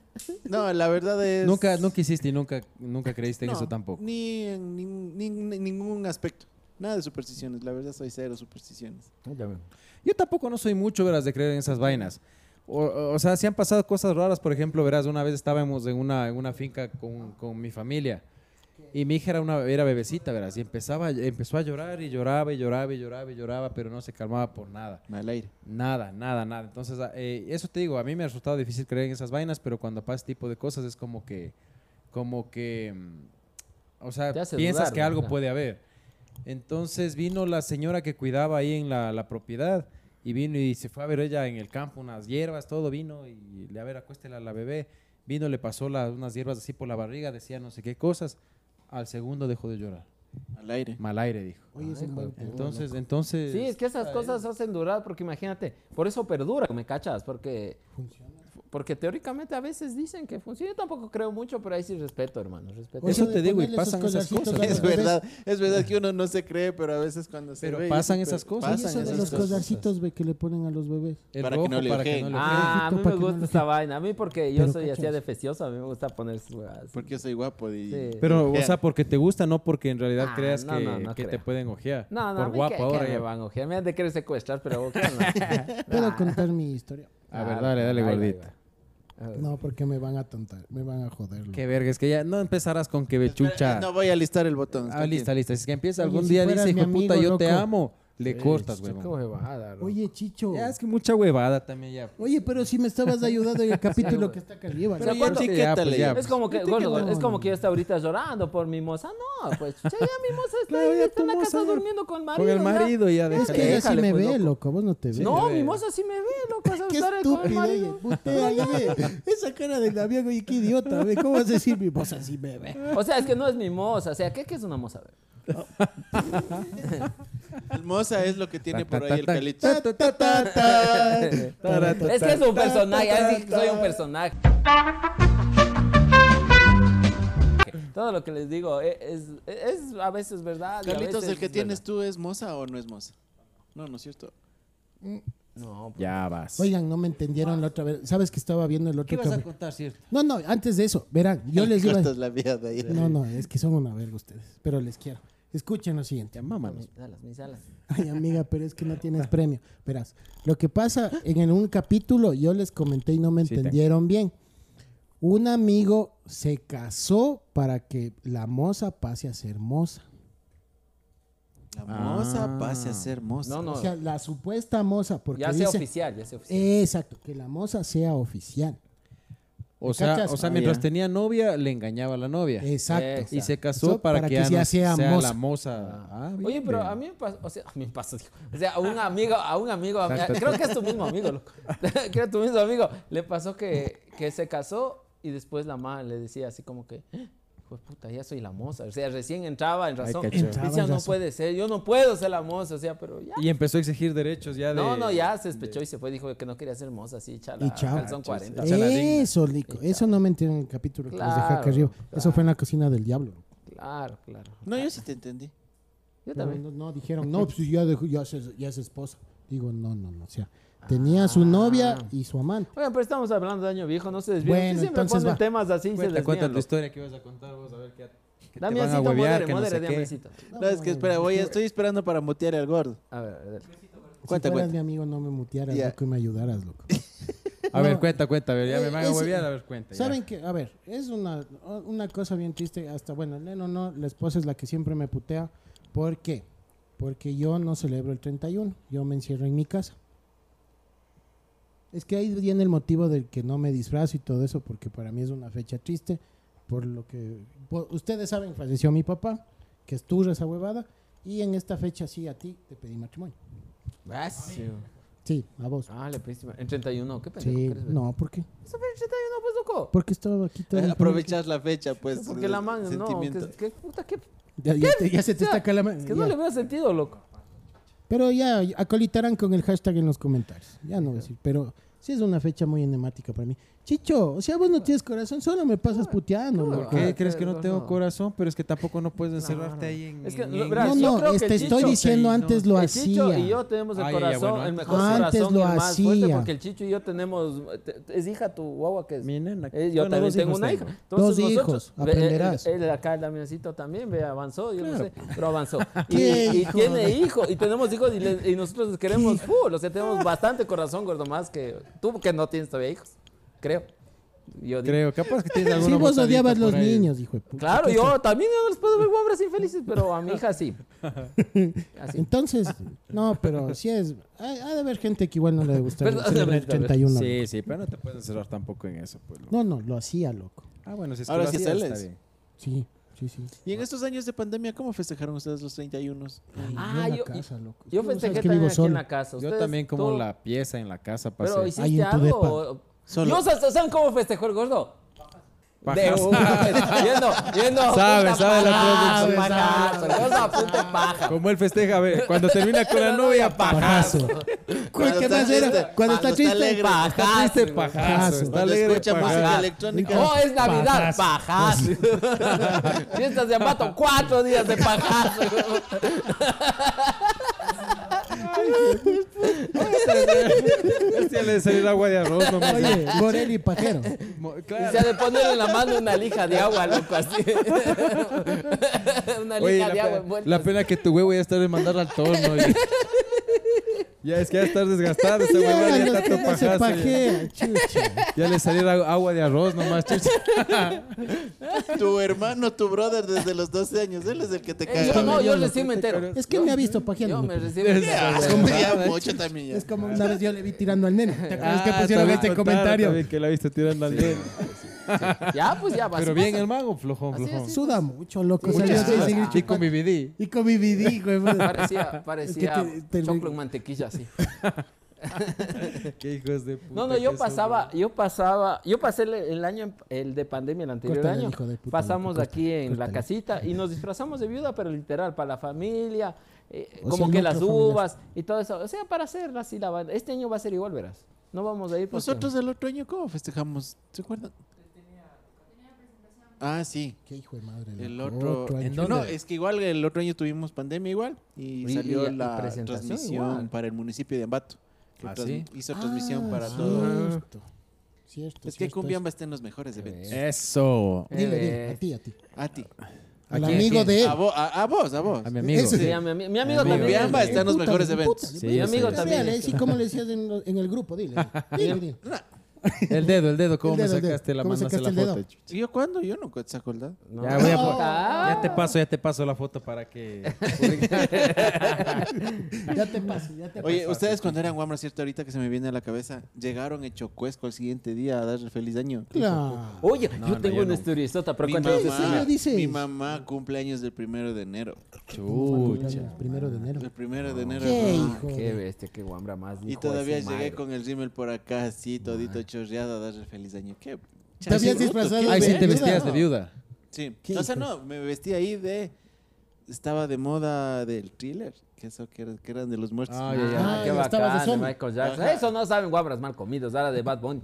No, la verdad es.
Nunca, nunca hiciste y nunca, nunca creíste en
no,
eso tampoco.
Ni en ni- ni- ni- ningún aspecto. Nada de supersticiones, la verdad soy cero supersticiones.
Yo tampoco no soy mucho, verás, de creer en esas vainas. O, o- o sea, si han pasado cosas raras, por ejemplo, verás, una vez estábamos en una, en una finca con, con mi familia y mi hija era una era bebecita, verás, y empezaba, empezó a llorar y lloraba y lloraba y lloraba y lloraba, pero no se calmaba por nada.
Mal aire.
Nada, nada, nada. Entonces, a- eh, eso te digo, a mí me ha resultado difícil creer en esas vainas, pero cuando pasa este tipo de cosas es como que, como que, mm, o sea,
Te hace
piensas
dudar,
que
¿no?
algo
Claro.
puede haber. Entonces vino la señora que cuidaba ahí en la, la propiedad y vino y se fue a ver ella en el campo, unas hierbas, todo vino y le a ver, acuéstela a la bebé. Vino, le pasó la- unas hierbas así por la barriga, decía no sé qué cosas. Al segundo dejó de llorar.
Al aire.
Mal aire, dijo.
Oye, es un buen punto,
Entonces, entonces...
Sí, es que esas cosas hacen durar, porque imagínate, por eso perdura, ¿me cachas? Porque, porque teóricamente a veces dicen que funciona. Yo tampoco creo mucho, pero ahí sí respeto, hermano, respeto.
Oye,
Eso
de
te digo, y
ponerle esos
pasan esas
collarcitos a los
cosas.
<laughs> Es
Pero
bebés.
verdad, es verdad que uno no se cree, pero a veces cuando se
Pero
ve,
pasan
yo siempre-
esas cosas.
Oye, eso
Pasan
de
esas
los
cosas.
collarcitos, güey, que le ponen a los bebés.
El
Para que
rojo,
no le
para que no
ojeen.
le ojeen.
Ah, a mí
Para que
me
no
gusta
le-
esa vaina. A mí porque yo
Pero
soy así
cachas.
de fecioso, a mí me gusta poner esas huevadas.
Porque yo soy guapo. Y...
Sí.
Pero, o
Ojean.
sea, porque te gusta, no porque en realidad
Ah,
creas
no,
que,
no, no
que te
creo.
pueden ojear.
No, no,
Por guapo ahora.
ahora.
ya.
me van a ojear. Me han de querer secuestrar, pero
<laughs>
¿qué no?
Puedo contar mi historia.
A ver, dale, dale,
Ahí va, ahí
gordito.
No, porque me van a tontar, me van a joder. loco.
Qué verga, es que ya no empezarás con que bechucha.
No voy a listar el botón.
ah, lista, lista. Si es que empieza
Oye,
algún
si
día,
fueras
dice,
mi
hijo de puta,
amigo,
yo te
loco".
amo. Le cortas,
va. Qué
huevón.
huevada, loco.
Oye, Chicho.
Ya, es que mucha huevada también ya.
Oye, pero si me estabas ayudando en el capítulo que está acá arriba.
Pero
¿no?
¿cuánto-
sí, ya, pues,
etiquétale
ya,
ya.
Es
pues.
como que,
Viste
gordo,
que no.
es como que yo está ahorita llorando por mi moza. No, pues chucha, ya mi moza está,
Claro,
ahí,
ya
está
tu
en la
moza
casa
ya-
durmiendo con marido.
Con el
ya.
marido ya
Es que
déjale.
ella
Déjale,
sí me
pues,
ve,
loco.
loco. Vos no te ves.
No,
te
mi
ve.
moza sí me ve,
<laughs>
loco. ¿sabes?
Qué
Estar ahí con el
estúpido,
marido.
oye. Putea, ya ve. Esa cara del Damián, oye, qué idiota, ve. ¿Cómo vas a decir mi voz así me ve?
O sea, es que no es mi moza. O sea, ¿qué, qué es una moza?
Hermosa es lo que
<laughs>
tiene
Ta, ta,
por ahí el
ta, ta.
calito.
<laughs> Es que es un personaje. así que soy un personaje. Todo lo que les digo e- es, es, a veces verdad. y a
Carlitos,
veces
¿el que
es
tienes
verdad.
tú es moza o no es moza? No, no es cierto.
No, pues,
Ya vas.
Oigan, no me entendieron la otra vez. ¿Sabes que estaba viendo el otro capítulo?
contar, cierto?
No, no, antes de eso, verán, yo les iba
Cortas la vida de ahí.
No, no, es que son una verga ustedes, pero les quiero. Escuchen lo siguiente, mámanos.
mis alas, mis alas.
Ay, amiga, pero es que no tienes premio. Verás, lo que pasa en el- un capítulo, yo les comenté y no me
Sí, te-
entendieron bien. Un amigo se casó para que la moza pase a ser moza.
La moza
Ah.
pase a ser moza.
No, no.
O sea, la supuesta moza, porque
ya sea
dice...
oficial, ya sea oficial.
Exacto, que la moza sea oficial.
O sea,
¿Cachas?
o sea
Ah,
mientras
ya.
tenía novia, le engañaba a la novia.
Exacto.
Eh, Y se
Eso
casó para,
para
que,
que
ya
ya
no
sea
sea,
moza.
la moza. Ah,
Oye,
bien,
pero
bien.
a mí me pasó, o sea, <laughs> a mí me pasó, digo. O sea, a un amigo, a un amigo, a-
Exacto. <laughs>
<laughs> creo que es tu mismo amigo, loco. creo que tu mismo amigo, le pasó que, que se casó y después la mamá le decía así como que, "Ah, hijo de puta, ya soy la moza. O sea, recién entraba en razón.
cacho.
Decía,
Entraba en
no
razón".
puede ser, yo no puedo ser la moza, o sea, pero ya.
Y empezó a exigir derechos ya de...
no, no, ya se sospechó y se fue, dijo que no quería ser moza, así, chala,
Y chao.
calzón 40.
Echa la digna.
Eso, Nico. Eso no me entiendo en el capítulo que les dejé acá
Claro,
arriba. Eso
claro.
fue en la cocina del diablo.
Claro, claro.
No, yo sí te entendí.
No,
Yo también.
no, no, dijeron, no, pues ya, dejó- ya, es, ya es esposa. Digo, no, no, no. O sea, tenía su novia y su amante.
Oigan, pero estamos hablando de año viejo, no se desvíen.
Bueno,
Ustedes siempre
entonces
ponen
va.
temas así y se
Cuenta,
desvían.
cuenta tu
loco.
historia que ibas a contar vos, a ver qué... que te
Dame
van a
asito,
huevear,
modere,
que no sé
modere,
qué.
dame asito.
No, es que espera, voy, estoy esperando para mutear al gordo.
A ver, a ver.
Cuenta,
si fueras
cuenta.
mi amigo, no me mutearas,
Ya.
loco, y me ayudaras, loco.
A ver, cuenta, cuenta, a ver, ya
Eh,
me van a
ese-
huevear, a ver, cuenta. ya.
¿Saben que A ver, es una, una cosa bien triste. Hasta, bueno, Leno no, la esposa es la que siempre me putea. ¿Por qué? Porque yo no celebro el 31. Yo me encierro en mi casa. Es que ahí viene el motivo del que no me disfrazo y todo eso, porque para mí es una fecha triste. Por lo que. por- ustedes saben, falleció mi papá, que es turra esa huevada. Y en esta fecha, sí, a ti te pedí matrimonio.
Vas.
Ah, Sí, a vos.
Ah, le pediste. En 31, qué pendejo. que
Sí,
eres, güey. Eh,
no, ¿por qué?
Eso fue en 31, pues loco.
Porque estaba aquí todo el-
Eh, Aprovechas la fecha, pues.
Porque la mano, no.
sentimiento.
Que, que puta, que,
Ya, ya te- ya se te
O
está
sea,
acá la mano.
es que <laughs> no le veo sentido, loco.
Pero ya acolitarán con el hashtag en los comentarios. Ya no voy a decir, pero sí es una fecha muy enemática para mí. Chicho, o sea, vos no tienes corazón, solo me pasas puteando.
claro.
loco.
¿Qué
Ah,
crees que no
perdón,
tengo
no.
corazón? Pero es que tampoco no puedes encerrarte ahí en...
Es que,
en-
lo-
en-
verás,
No,
Ah, yo creo
no,
que
es- te
Chicho-
estoy diciendo
Sí,
antes
no.
lo
el Chicho y yo
hacía.
tenemos el
Ah, ya,
corazón,
bueno,
el
antes-
mejor
Antes
corazón y
lo
el más fuerte,
hacía.
porque el Chicho y yo tenemos, te- te- es hija tu guagua que es.
Mi nena.
Eh,
Bueno,
yo también
dos
tengo
hijos
una
tengo.
hija. Entonces,
Dos
nosotros-
hijos,
ve,
aprenderás.
Él, él acá, el Damiancito también, ve, avanzó, yo no sé,
<laughs>
pero avanzó. Y,
¿Qué
y
hijo
tiene
de-
hijos, y tenemos hijos, y, le- y nosotros les queremos full. O sea, tenemos bastante corazón, gordo, más que tú, que no tienes todavía hijos, creo. Yo digo.
Creo, capaz que
<laughs>
tienes alguna
Sí, vos
botadita
odiabas
por
los
ahí.
niños, hijo de puta.
Claro,
Entonces-
yo también yo no les puedo ver guambras infelices, pero a mi hija sí. Así.
Entonces, no, pero sí es. Hay, ha de haber gente que igual no le debe gustar
Perdón,
celebrar el
perdón.
31. loco.
Sí, sí, pero no te puedes encerrar tampoco en eso, pues. loco.
No, no, lo hacía, loco.
Ah, bueno, si es que
Ahora
lo
sí
hacías,
sales.
está bien.
Sí, sí, sí.
Y en estos años de pandemia, ¿cómo festejaron ustedes los 31?
Ah,
en la
yo-
casa, loco.
Yo
Tú sabes
festejé
que
también
vivo
aquí en
solo.
la casa.
Yo
Ustedes,
también como
tú-
la pieza en la casa
Pero
pasé.
hiciste
Ahí en tu
algo.
depa.
o-
Solo.
No, sa- sa- ¿saben cómo festejó el gordo? De
Pajas.
una vez, Yendo, yendo.
Sabe,
puta
sabe la
pajazo,
producción.
pajazo, El gordo apunta paja.
Como él festeja, a ver, cuando termina con
<laughs>
la novia, pajazo.
Pajazo.
Cuando
¿Qué
está
más era?
triste,
Cuando
cuando
está
está
triste.
alegre.
Está triste, pajazo. Está
Cuando
alegre,
escucha música
pajazo.
electrónica.
Oh, es Navidad, pajazo.
<laughs>
Fiestas de Ambato, cuatro días de pajazo.
Este le salió agua de arroz, nomás.
Oye, Borelli y Pajero.
Mo-
Y
claro.
se le pone en la mano una lija de agua, loco, así. <laughs> Una
Oye,
lija
la,
de agua
pena,
envuelta.
la pena que tu huevo ya está de mandar al torno. oye. Ya es que ya estás desgastado, ese huevo ya está todo
Ese
pajazo. Ya,
pajero, chucha.
Ya le salió la- agua de arroz nomás, chucha.
Tu hermano, tu brother desde los 12 años. Él es el que te
Eh,
caga.
yo no, yo
Yo
recién me entero.
Es que él me ha visto pajeando.
Yo me
loco.
<laughs>
recién me entero.
Es como ya mucho también.
Es
Ya.
como una vez yo le vi tirando al nene. ¿Te acuerdas que
Ah,
pusieron
también
este
contaron
comentario?
también que la viste tirando al dedo.
Ya, pues ya, vas.
Pero bien el mago, flojón,
Así,
flojón.
así.
Suda mucho, loco.
Muchas
salió así,
gracias.
seguir
Y con mi BD.
Y con mi vidí, güey.
<laughs> Parecía, parecía
te- te-
choclo en
<laughs>
mantequilla, así.
<laughs> Qué hijos de puta.
No, no, yo
que
pasaba, yo pasaba, yo pasé el, el año, en- el de pandemia, el anterior
Córtale,
año,
hijo de puta,
pasamos
loco,
aquí en
córtale.
la casita y nos disfrazamos de viuda, pero literal, para la familia, eh,
O
como
sea,
que
núcleo
las
familiar.
uvas y todo eso, o sea, para hacer así la banda. Este año va a ser igual, verás, no vamos a ir porque-
Nosotros el otro año, ¿cómo festejamos? ¿Se acuerdan? Ah, sí.
Qué hijo de madre.
El
loco.
otro.
año.
¿En dónde?
No, es que igual el otro año tuvimos pandemia igual y
Y-
salió
y- y
la
presentación
transmisión
igual.
para el municipio de Ambato. que
¿Ah,
transmi- Hizo transmisión
Ah,
para
sí.
todo.
Cierto. Cierto.
Es que
cierto,
Cumbiamba está en los mejores eventos.
soy. Eso.
eso. Dile, dile, a ti, a ti.
eh, A ti.
Al
quién?
amigo de él.
A, vo- a- a vos, a vos.
A mi amigo.
Ese-
Sí, a mi, ami- mi amigo
Amigo.
también.
Cumbiamba
es-
está en los
Puta,
mejores
puta,
eventos.
puta.
Sí,
Mi amigo
sí.
también.
Dale,
es-
sí, como le decías en, lo- en el grupo, dile.
<laughs>
Dile, dile.
El dedo, el dedo, ¿cómo
El
me
dedo, el dedo.
sacaste la
¿Cómo
mandaste la
sacaste el
foto?
dedo?
chucha?
¿Y ¿Yo cuándo? Yo nunca saco el dado.
No.
Ya voy a po-
Ah.
Ya te paso, ya te paso la foto para que.
Ya te paso, ya te paso.
Oye, ustedes cuando eran Wambra, ¿cierto? Ahorita que se me viene a la cabeza, llegaron hecho cuesco al siguiente día a dar el feliz año.
Claro.
Oye, yo
no,
tengo
yo
una
no.
historizota, pero
Mi
cuéntanos
¿En serio
mamá,
dices?
mi mamá cumpleaños del primero de enero.
Chucha.
El primero de enero.
El primero de enero.
Qué
ajá.
hijo.
Qué bestia, qué guambra más.
Y
hijo de
todavía
su
llegué
madre.
con el rímel por acá, así, todito chorreado, a darle feliz año. Qué
¿Te habías
Bruto,
disfrazado
qué
Ahí sí te
viuda?
vestías de viuda.
Sí. O sea, no, me vestí ahí de. Estaba de moda del thriller, que eso que, era- que eran de los muertos.
Ah, ya, ya.
Ah,
Ah,
qué
ya estabas de
bacán, de
zombie.
Michael Jackson.
Ajá.
Eso no saben guabras mal comidos, ahora de Bad Bunny.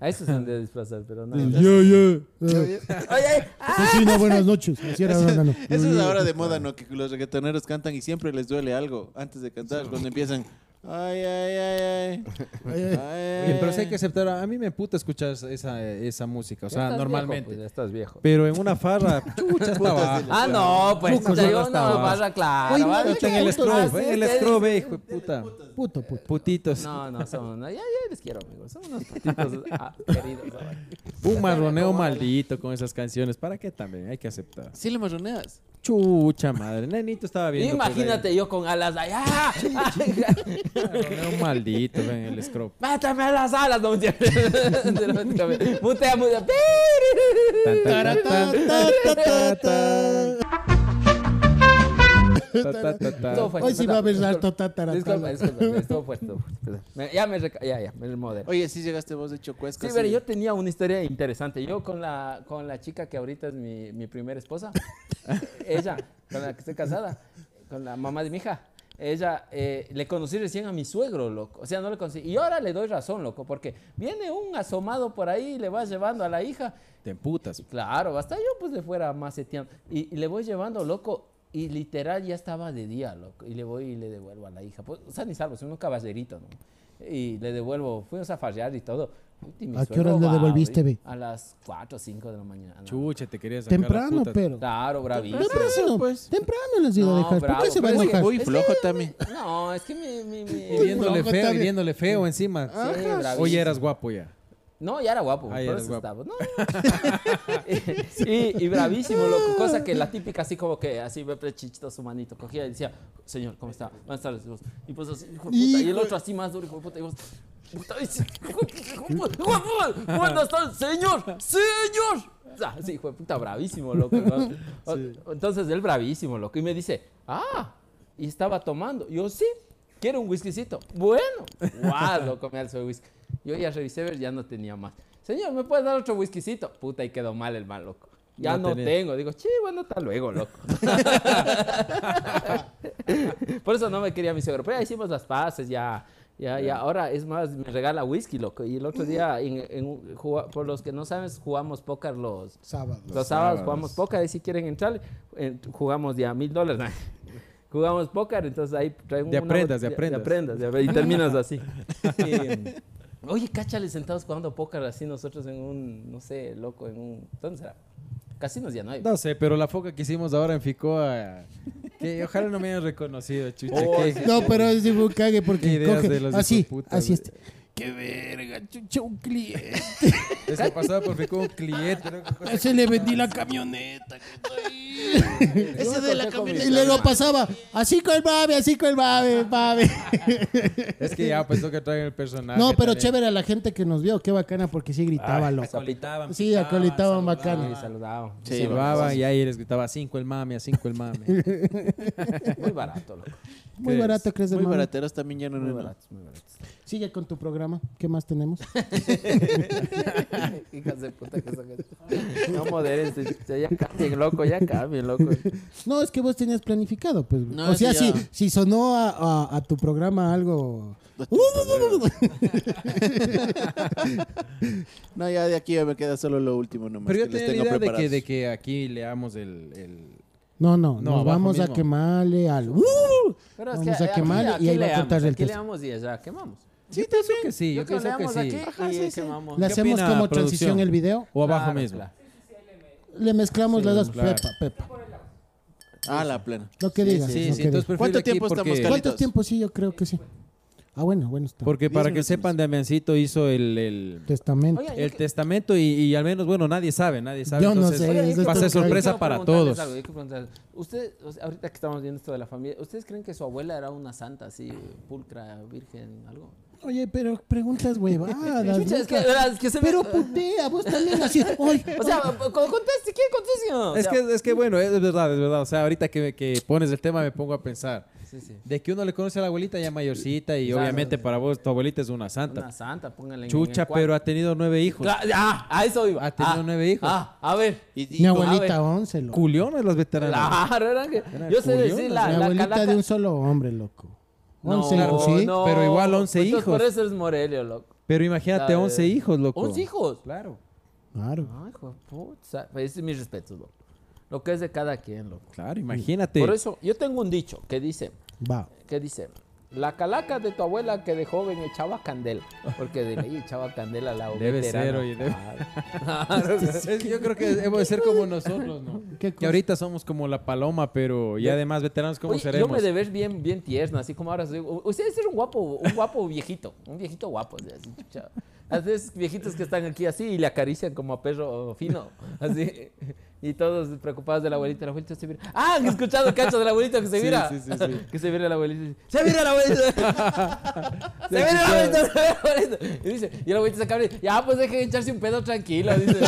A eso se han de disfrazar, pero no. Oye,
Yo, yo.
oye,
Ah,
Ah,
Cocina, Pues buenas noches. Así era, no, no, no.
Eso es ahora de moda, ¿no? Que los reggaetoneros cantan y siempre les duele algo antes de cantar, cuando empiezan. Ay, ay, ay, ay. Ay, ay,
Oye, pero sí hay
ay.
que aceptar, a mí me puta escuchar esa, esa música, o
ya
sea,
estás
normalmente.
viejo, pues, ya estás viejo.
Pero en una farra, chucha, estaba.
Ah, no, pues
Chucos,
te digo,
no
no,
estaba.
vas a claro.
Oye,
vas a-
Puta, en el scrub,
Así
en el
es que-
scrub, eh, hijo de puta.
Puto, puto.
Putitos.
No, no, son, no, ya, ya les quiero, amigos. Son unos patitos ah, queridos. ah.
<laughs> Un marroneo maldito con esas canciones. ¿Para qué también? Hay que aceptar.
Sí, le marroneas.
Chucha madre. Nenito estaba viendo. pues,
Imagínate yo con alas "Ah, allá.
ahí. Marroneo maldito en el scrub.
Mátame a las alas, <laughs> no mutea. Mutea, mutea.
Tan, tan, tan, tan, tan, tan. Ta, ta, ta, ta.
Todo fue-
Hoy sí va a haber
Disculpa,
harto tatara.
Disculpa, disculpa, estuvo fuerte, estuvo fuerte, perdón. Me- Ya me reca- ya, ya, me modero.
Oye, sí llegaste vos de Chocuesca.
Sí, pero yo tenía una historia interesante. Yo con la, con la chica que ahorita es mi, mi primera esposa, ella, con la que estoy casada, con la mamá de mi hija, ella, eh, le conocí recién a mi suegro, loco. O sea, no le conocí. Y ahora le doy razón, loco, porque viene un asomado por ahí y le va llevando a la hija
Te emputas.
Claro, hasta yo pues le fuera maceteando. Y, y le voy llevando, loco, y literal ya estaba de día, loco. Y le voy y le devuelvo a la hija. Pues, o sea, ni salvo, soy un caballerito, ¿no? Y le devuelvo, fuimos a farrear y todo. Puta, y mi
¿A qué
suegro
horas le
va,
devolviste,
güey,
ve?
A las 4 o 5 de la mañana.
Chucha, te querías sacar la
Temprano,
puta.
pero.
Claro, bravísimo.
Temprano, temprano les iba a
No,
dejar. ¿Por
bravo,
qué se va a
pero
enojar?
Pues Muy flojo también.
No, es que mi... mi, mi-
Y Viéndole
Loco,
feo, y
también.
viéndole feo encima.
Ajá. Sí, bravísimo.
Oye, eras guapo ya.
No, ya era guapo,
Ah, ya
por
eras
eso
guapo.
estaba.
<laughs>
No. <laughs> y, y bravísimo, loco. Cosa que la típica, así como que así, ve prechichito su manito, cogía y decía, señor, ¿cómo está? Buenas tardes. Y vos, Y pues así, hijo de puta. Y el otro así más duro, hijo de puta. Y vos, puta, y dice, hijo de- hijo de puta, hijo de puta, buenas tardes, señor, señor. Ah, sí, hijo de puta, bravísimo,
<laughs>
loco. ¿no? O- Entonces él bravísimo, loco. Y me dice, ah, y estaba tomando. Yo sí, quiero un whiskycito. <laughs> Bueno, guau, loco, me alzó el whisky. Yo ya revisé, ver, ya no tenía más. Señor, ¿me puedes dar otro whiskycito? Puta, y quedó mal el mal, loco. Ya
No
no,
tenía.
tengo. Digo, sí, bueno, hasta luego, loco. <laughs> Por eso no me quería mi suegro. Pero ya hicimos las paces, ya. Ya, Mm. ya, ahora es más, me regala whisky, loco. Y el otro día, en, en un- juega- por los que no sabes, jugamos póker los,
Sábado.
los sábados jugamos póker y si quieren entrar, eh, jugamos ya mil dólares. Jugamos póker, entonces ahí traen
De
una
aprendas, de
botella-
aprendas.
de aprendas, de- y terminas así. Y, Oye, cáchale sentados jugando póker así nosotros en un, no sé, loco, en un... ¿Dónde será? Casinos ya no hay.
No sé, pero la foca que hicimos ahora en Ficoa. Que ojalá no me hayan reconocido, chucha. que-
No, pero ese fue un cague
Qué
porque
ideas
coge.
de los
así,
hijueputas,
así
güey.
este. Qué verga, chucha, un cliente.
Es que pasaba por Ficoa un cliente. ¿no?
Se le vendí la camioneta que está ahí.
Ese de la
Y luego pasaba, así con el babe, así con el babe, babe.
Es que ya pensó que traen el personaje. ¿eh?
No, pero
también.
chévere a la gente que nos vio, qué bacana porque sí gritaba loco.
Acolitaban,
Sí, acolitaban
Sí,
bacana.
saludado.
Se llevaban y ahí les gritaba cinco el mame, a cinco el mame.
Muy barato, loco.
Muy
¿Qué
barato, crees,
Muy
hermano.
barateros también ya no
Muy
no, no.
barato, muy barato.
Sigue con tu programa, ¿qué más tenemos?
Hijas de puta que son. No moderes, ya cambien, loco, ya cambien, loco.
No, es que vos tenías planificado, pues.
No,
o sea,
eso
si,
ya-
si sonó a, a- a tu programa algo.
Uh, No, ya de aquí ya me queda solo lo último nomás.
Pero yo
que les
tenía la idea
tengo
de que,
preparados.
de que aquí leamos el. el...
No, no,
No,
nos
abajo
vamos a
mismo.
quemarle al.
Pero
Vamos a quemar y ahí va a
leamos,
cortar el
aquí
test.
leamos y allá quemamos.
Sí, te pienso que sí. Yo,
Yo creo que
pienso que
leamos
sí.
aquí y quemamos.
Le hacemos
opina,
como
producción?
transición el video,
O abajo
Claro,
mismo.
claro.
le mezclamos las dos.
claro.
Pepa, pepa.
Ah, la plena.
Lo que digas.
Sí,
lo
sí,
que
entonces
digas.
prefiero
¿Cuánto
aquí
tiempo estamos,
porque-
Carlos?
¿Cuánto tiempo? Sí, yo creo que sí. Ah, bueno, bueno, está.
Porque
Diez
para que
minutos
sepan, Damiancito hizo el, el,
Testamento.
Oigan, yo
el
que-
testamento y, y al menos, bueno, nadie sabe, nadie sabe.
Yo no
entonces,
sé, eso
Va a
está
ser
muy
sorpresa
Yo quiero
para
preguntarles
todos.
algo, yo quiero preguntarles. Usted, o sea, ahorita que estamos viendo esto de la familia, ¿ustedes creen que su abuela era una santa así, pulcra, virgen, algo?
Oye, pero preguntas huevadas.
<laughs> Chucha, es que,
loca.
verás, que se me-
Pues
<laughs>
Pero putea, vos también así. Ay,
O sea, co- conteste, ¿quién conteste?
Es que, es que bueno, es verdad, es verdad. O sea, ahorita que, que pones el tema me pongo a pensar.
sí, sí.
De que uno le conoce a la abuelita ya mayorcita y
Claro.
obviamente para vos tu abuelita es una santa.
Una santa, pónganle en- en
Chucha, pues.
el cuarto.
pero ha tenido nueve hijos.
Cla- Ah, a eso iba.
Ha tenido
Ah,
nueve hijos.
Ah, a ver.
Y- y-
Mi
A ver.
abuelita, 11, loco.
Culiones las veteranas.
Claro, era que- Yo sé
culionas,
decir la,
Mi
la
abuelita
calaca.
de un solo hombre, loco.
No,
11,
claro,
¿sí?
no.
pero igual 11
Entonces,
hijos.
Por eso es Morelio, loco.
Pero imagínate,
La-
11 hijos, loco.
11 hijos.
Claro.
Claro.
Ay, hijo de puta. Ese es mi respeto, loco. Lo que es de cada quien, loco.
Claro, imagínate.
Por eso, yo tengo un dicho que dice,
Va.
que dice, la calaca de tu abuela que de joven echaba candela. Porque de ley echaba candela la
Debe
veterana.
ser, oye, debe-
Claro.
Es- yo creo que debemos de ser como nosotros,
<laughs>
¿no?
¿Qué
Que
cosa?
ahorita somos como la paloma, pero ya además veteranos, ¿cómo
Oye, yo
seremos?
me de ver bien, bien tierno, así como ahora soy. u- Usted es un guapo, un guapo viejito, un viejito guapo. o sea, Así, chucha. Así es, viejitos que están aquí así y le acarician como a perro fino, así. Y todos preocupados de la abuelita. La abuelita se vira. ¡Ah! Han escuchado el cacho de la abuelita que se
Sí,
vira.
sí, sí, sí.
<laughs> Que se vira la abuelita. y dice, ¡Se vira
<laughs>
la abuelita! ¡Se vira la abuelita! ¡Se vira la abuelita! Y, dice, y la abuelita se acaba y dice: Ya, pues dejen de echarse un pedo tranquilo. Dice.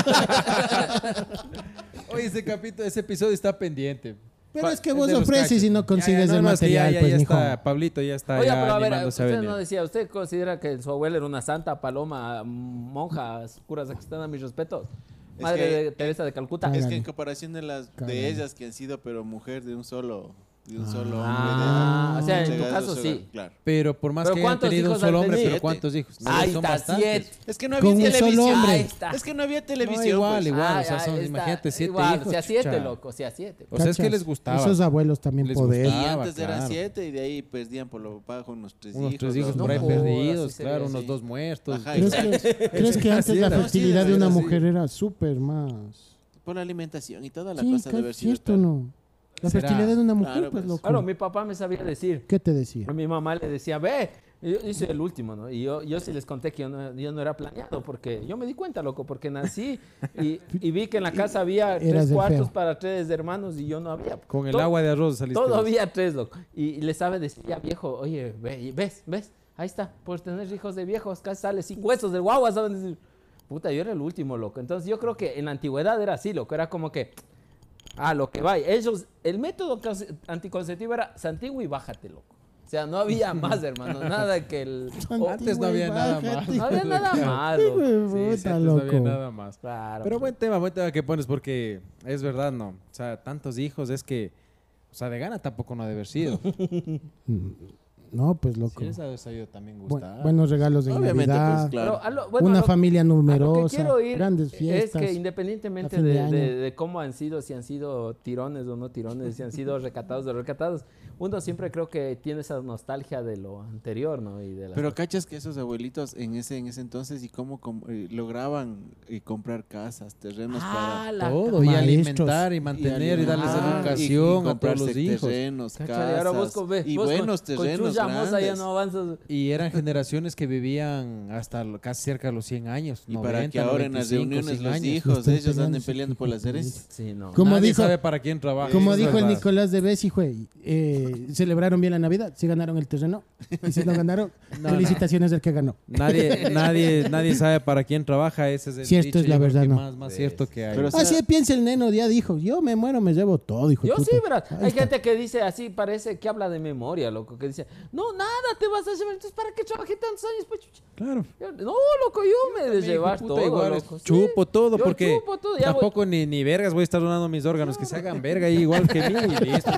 Oye, ese capítulo, ese episodio está pendiente.
Pero
Pa-
es que vos
de los
ofreces y no
cachos.
consigues el
es que
material,
ya,
pues,
ya
mijo.
está, Pablito ya está
Oye,
ya
pero a ver,
animándose a
usted
venir.
no decía, ¿usted considera que su abuela era una santa, paloma, monja, curas? Aquí están a mis respetos.
Es
Madre
que-
de Teresa de Calcuta.
Es que
Cágale.
en comparación de las
Cágale.
de ellas que han sido pero mujer de un solo de un solo
Ah,
hombre.
o sea, en
de-
tu
llegados
caso
a su
sí.
hogar, Claro.
Pero por más
¿Pero
que hayan
cuántos
tenido un
hijos
solo
han
hombre,
tenido? Ah,
pero ¿cuántos hijos? Sí,
Ahí
son
está,
bastantes.
siete.
Es que no
Con
había
un solo
televisión.
hombre.
Ahí está.
Es que no había televisión.
igual,
pues.
igual. o
Ay,
sea,
ay,
son,
está,
imagínate, siete
igual,
hijos.
O sea, siete,
chucha. Pues,
loco, o sea, siete.
O sea, es que
Cachas.
les gustaba.
Esos abuelos también
Les
poder.
Y
gustaba,
antes eran
claro.
siete y de ahí perdían por lo bajo unos tres
Unos
hijos.
tres hijos
dos
por ahí
jodas,
mujeres.
perdidos,
sí,
claro,
sí.
unos dos muertos.
Ajá,
¿Crees
<laughs>
que, crees que antes la
era.
fertilidad
Sí,
de una
era así.
mujer era súper más?
Por la alimentación y toda la
Sí,
cosa de
ca-
haber sido.
cierto o
tal.
no. La
¿Será?
fertilidad de una mujer,
Claro,
pues,
pues.
loco.
Claro, mi papá me sabía decir.
¿Qué te decía?
A mi mamá le decía, ve. Y Yo, yo soy el último, ¿no? Y yo, yo sí les conté que yo no, yo no era planeado, porque yo me di cuenta, loco, porque nací y, y vi que en la casa había
Eras
tres
el
cuartos
feo.
para tres hermanos y yo no había.
Con el
Todo-
agua de arroz saliste.
Todavía tres, loco. Y, y le sabe decir ya viejo, oye, ve, y ves, ves, ahí está, por tener hijos de viejos, casi sale sin huesos del guagua, saben decir. Puta, yo era el último, loco. Entonces yo creo que en la antigüedad era así, loco, era como que, ah, lo que vaya. Ellos, el método cons- anticonceptivo era santigua y bájate, loco. O sea, no había más, hermano, nada que el... o-
Antes no había nada más.
no
<laughs>
había nada más,
Sí,
loco.
güey,
Sí, sí,
puta,
antes no
loco.
había nada más.
Claro. pues.
Pero buen tema, buen tema que pones porque es verdad, ¿no? O sea, tantos hijos es que, o sea, de gana tampoco no ha de haber
<laughs>
sido.
No, pues, loco.
Sí, les ha de haber sabido también
Bu-
gustar.
buenos regalos de
Obviamente,
Navidad.
pues claro.
Pero a lo- bueno,
una
a lo-
familia
A lo que
numerosa.
quiero ir
grandes
Es
fiestas.
que independientemente
a fin de
de,
año.
de- de cómo han sido, si han sido tirones o no tirones, si han sido recatados o recatados, uno siempre creo que tiene esa nostalgia de lo anterior, ¿no? Y de las
Pero cachas que esos abuelitos en ese en ese entonces y cómo com- eh, lograban eh, comprar casas, terrenos
Ah, la
Todo, y
Maestros.
alimentar y mantener y, darles
Ah,
educación
y- y
a todos los
comprarse
hijos.
Terrenos,
Cacha,
casas,
y ahora vos con- ve,
y
vos con-
buenos
con
terrenos
chulla moza ya
grandes.
no avanzas.
Y eran generaciones que vivían hasta lo- casi cerca de los 100 años.
Y para que ahora en las
95,
reuniones
100
los
años.
hijos
Están
de ellos anden
peleándose.
peleando por las herencias.
Sí, no.
Como
Nadie
dijo,
sabe para quién
Ah,
trabaja.
como
eso es
dijo el
verdad.
Nicolás de Bessi, güey, eh, celebraron bien la Navidad, sí ganaron el terreno. Y si no
<laughs>
ganaron,
No, no.
felicitaciones del que ganó. <laughs>
Nadie, nadie, nadie sabe para quién trabaja. Ese es el
Cierto,
dicho,
es la
yo creo
verdad,
que
¿no?
Más, más cierto que hay.
Pero O sea-
Así Ah, piensa el neno, ya dijo, yo me muero, me llevo todo, hijo de
Yo
puta.
sí, verás.
Ahí
Hay
está.
gente que dice así, parece que habla de memoria, loco, que dice, no, nada, te vas a llevar, entonces, ¿para qué trabajé tantos años? Pues, chucha?
claro.
Yo- no, loco, yo me de llevar
Puta,
todo,
igual,
loco. Sí,
chupo todo
yo
porque
chupo todo, ya voy-
tampoco ni, ni vergas voy a estar donando mis órganos que se hagan verga ahí igual que mí y
<laughs>
listo.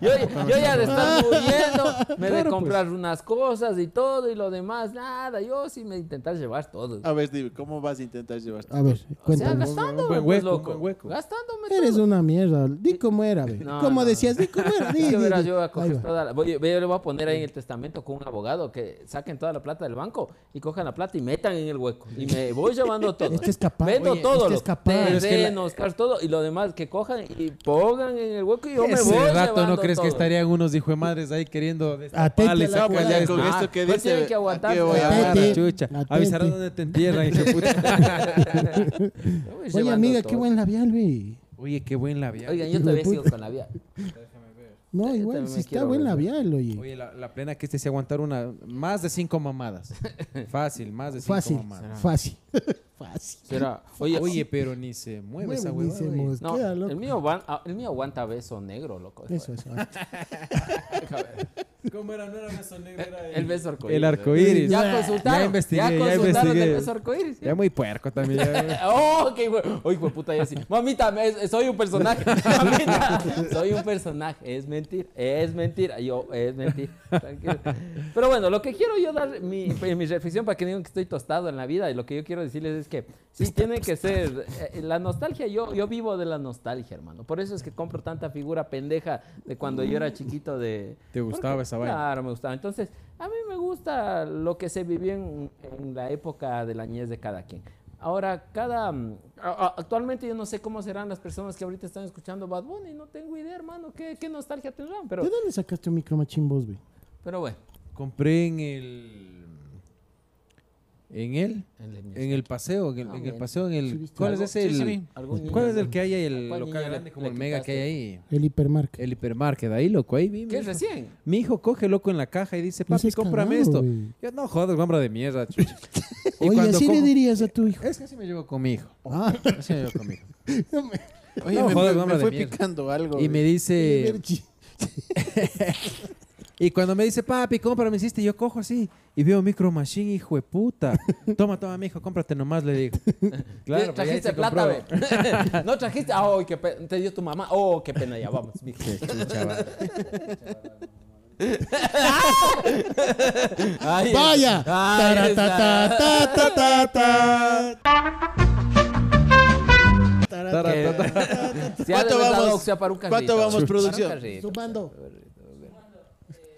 Yo,
<laughs>
yo ya de
Ah.
estar muriendo, me
pues.
de comprar unas cosas y todo y lo demás, nada. Yo sí me intentar llevar todo.
A ver, dime, ¿cómo vas a intentar llevar?
A ver,
O sea,
cuéntame.
gastándome,
un buen
pues,
hueco, un
loco.
buen hueco.
Gastándome
Eres
todo.
una mierda, di cómo era, ve.
No,
¿Cómo
no,
decías? Di cómo
<laughs>
era, di,
Es que
di,
verás,
di.
yo voy a coger
Ahí va.
toda la- voy- yo le voy a poner ahí en el testamento con un abogado que saquen toda la plata del banco y cojan la plata y metan en el hueco. Y me voy llevando todo.
Este es capaz,
Vendo
oye,
todo.
este
lo-
es capaz. Pero
es que la-
terrenos, car- todo. Y lo demás que cojan y pongan en el hueco y yo me
Ese
voy
rato no
llevando
crees que
todo.
estarían unos hijo de madres ahí queriendo
Atente a
destaparle,
la
saca
jugada.
ya
Ya
esto.
con
Ah,
esto que
pues
dice,
tienen que
¿a qué
aguantarse.
voy a
Atente.
agarrar?
Chucha,
Atente.
avisarán dónde te entierran, hijo
<laughs>
de puta.
Yo voy
Oye,
llevando
amiga,
todo.
qué buen labial, ve.
Oye, qué buen labial.
Oigan, yo todavía sigo con la vida.
No,
Yo
igual,
también
si
me
está
quiero
buen
abrazar.
labial, oye.
Oye, la, la plena que este se aguantar una más de cinco
<laughs>
mamadas. Fácil, más de cinco
Fácil,
mamadas.
fácil. <laughs> fácil.
Será-
Oye,
Oye,
pero ni se mueve
Mueve,
esa
ni
huevada,
se
güey.
no,
mosquea, loco.
el mío, van- ah, el mío aguanta beso negro, loco.
Eso, eso.
¿Cómo era? No era beso negro, era
El beso arcoíris.
El arcoíris.
Ya consultaron.
Ya
Ya
investigué, ya
consultaron el
investigué.
beso arcoíris.
Ya muy puerco también. ya.
<laughs> Oh, qué güey. Oye, güey, puta, ya sí. Mamita, me- es- soy
<laughs>
un personaje. Mamita, soy un personaje. Es mentira, es mentira. Yo, es mentira. Tranquilo. Pero bueno, lo que quiero yo dar, mi, mi reflexión para que no digan que estoy tostado en la vida, y lo que yo quiero decirles es que sí tiene que ser. eh, la nostalgia, yo, yo vivo de la nostalgia, hermano. Por eso es que compro tanta figura pendeja de cuando yo era chiquito de.
¿Te gustaba esa vaina?
Claro, me gustaba. Entonces, a mí me gusta lo que se vivió en, en la época de la niñez de cada quien. Ahora, cada... mm, a- a- Actualmente yo no sé cómo serán las personas que ahorita están escuchando Bad Bunny. No tengo idea, hermano. ¿Qué, qué nostalgia tendrán? Pero,
¿De dónde sacaste un micro machín vos, güey?
pero bueno.
Compré en el. ¿En él? En el paseo, en el,
Ah,
en el
bueno.
paseo, en
Sí,
el.
viste
¿Cuál es
algo.
ese?
Sí, sí
el-
vi. Algún
¿Cuál
niño,
es el que hay ahí,
¿A
el
cuál
local
niño
grande
le-
como el
le
mega que hay ahí?
El hipermarket.
El hipermarket, ahí loco, ahí vi. mi
¿Qué es
hijo.
recién?
Mi hijo coge loco en la caja y dice,
No
papi,
seas
cómprame
cagado,
esto.
güey.
Yo, no jodas, compra de mierda, chucha".
<laughs>
Y
Oye,
cuando
así le
cojo-
dirías a tu
<laughs>
hijo.
Es que así me llevo con mi hijo.
Ah,
Así me llevo con mi hijo.
Oye,
No,
me,
joder,
me- me
hombre de
fue
mierda.
picando algo.
Y me
güey.
dice,
Verchi.
y cuando me dice, papi, cómprame, hiciste, yo cojo así y veo Micro Machine, hijo de puta. Toma, toma, mijo, cómprate nomás, le digo.
Sí,
Claro, pues ya ahí
trajiste
se
plata,
compró.
ve. <laughs> no trajiste. Ah, oh, qué pe- Te dio tu mamá. Oh, qué pena, ya vamos. mijo. Ahí está.
eh, ¡Vaya!
Ahí está. Eh,
Tara, tara.
Si ha de
¿Cuánto
haber dado,
vamos?
o sea, para un
¿Cuánto
carrito.
vamos,
Para un
producción?
carrito.
Sumando.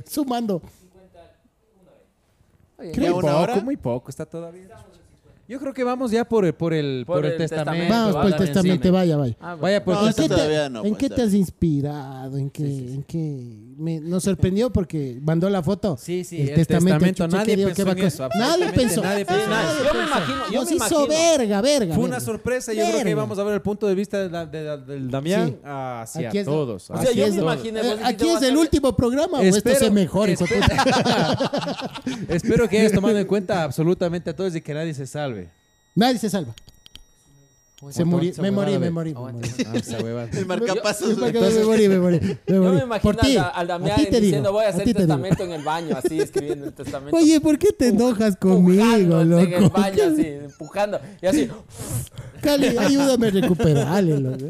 Sumando.
Ya
Muy
una hora.
poco, muy poco, está todavía. Yo creo que vamos ya por el, por el,
Por
por el
el
testamento.
testamento,
Vamos por el
Ándale,
testamento,
encima.
vaya, vaya.
Ah,
Vaya pues, por
No,
el
esta
Pues ¿En qué te-
todavía no,
¿En
pues,
qué te
todavía.
has inspirado? ¿En qué? ¿En qué? Me- nos sorprendió porque mandó la foto.
Sí, sí,
El
el
testamento.
testamento,
chucha,
nadie
que dio,
pensó
qué
en
bacán.
eso,
Nadie
absolutamente
pensó.
nadie pensó en
Nadie
eso.
Yo me imagino, yo
Nos
me
hizo
imagino.
verga, verga.
Fue una
verga.
sorpresa. Yo creo que
Verga.
vamos a ver el punto de vista de la- de la- del Damián
Sí.
hacia
Aquí es-
todos.
O sea,
Así
yo
es,
me
todo.
imagino.
Eh,
vos dijiste,
aquí
voy a
es el
hacer-
último programa. o esto
Espero-
se mejor. hijo de puta.
Espero que hayas tomado en cuenta absolutamente a todos y que nadie se salve.
Nadie se salva. Se murió.
esa
Me
huevada,
morí, me
ve.
morí. me
Aguanta.
morí. <laughs>
Ah, esa huevada.
El marcapasos. güey.
me morí, me morí, me
Yo
morí.
me imagino
Por ti.
al, al Damián
ti te digo,
diciendo voy a
ti
hacer
te digo.
testamento en el baño, así escribiendo el testamento.
Oye, ¿por qué te enojas conmigo,
Pujando En el
loco?
baño, así, empujando. Y así,
<laughs> Cali, ayúdame a recuperarle, loco.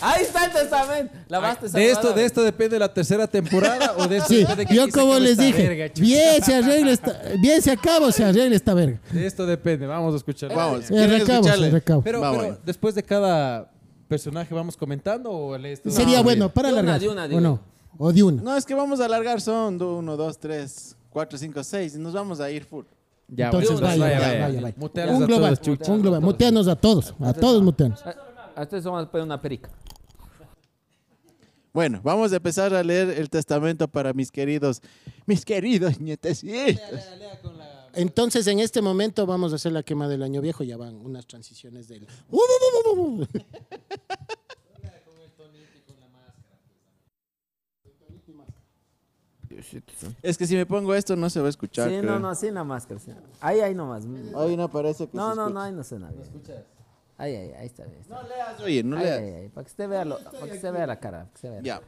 ahí está el testamento. Lavaste esa
De esto,
huevada,
de esto depende la tercera temporada o de esto
Sí,
depende que
yo
aquí se
como
acabe
les
esta
dije,
verga, chucha.
bien se arregla esta, bien se acaba o se arregla esta verga.
De esto depende, vamos a escuchar.
Vamos,
El
¿quieren
recabo,
escucharle?
el recabo.
Pero,
Va,
pero,
bueno.
después de cada personaje vamos comentando o Ah, lees todo?
Sería
No,
bueno para
De una,
alargar.
de una, de
o
una.
no, o de una.
No, es que vamos a alargar. Son 1, 2, 3, 4, 5, 6. Y nos vamos a ir full.
Ya,
Entonces
bueno,
vaya,
vaya,
vaya,
vaya.
vaya, vaya.
Mutealos
un
a
global,
todos, chucha.
un global. Muteanos a todos, a todos muteanos.
A- A ustedes vamos a poner una perica.
Bueno, vamos a empezar a leer el testamento para mis queridos, mis queridos nietecitos.
Entonces, en este momento vamos a hacer la quema del año viejo. Ya van unas transiciones del.
Es que si me pongo esto no se va a escuchar.
Sí,
creo.
no, no, así en la máscara. sí. Ahí, ahí nomás. No,
Ahí no parece que se
no, no,
escuche.
ahí no suena bien. ¿No escuchas? Ahí, ahí, ahí está bien. está bien.
Oye, no
Ahí,
leas.
ahí, ahí, Para que usted vea, lo- para que usted vea la cara. para que usted vea la
Ya.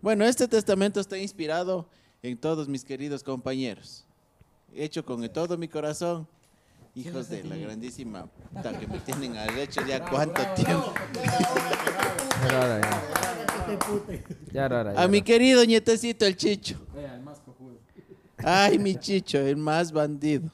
Bueno, este testamento está inspirado en todos mis queridos compañeros. Hecho con todo mi corazón. Hijos de la grandísima puta que me tienen arrecho ya cuánto tiempo.
Ya era hora, ya. Ya era hora, ya
A mi
era
querido nietecito, el Chicho. Ay, mi Chicho, el más bandido.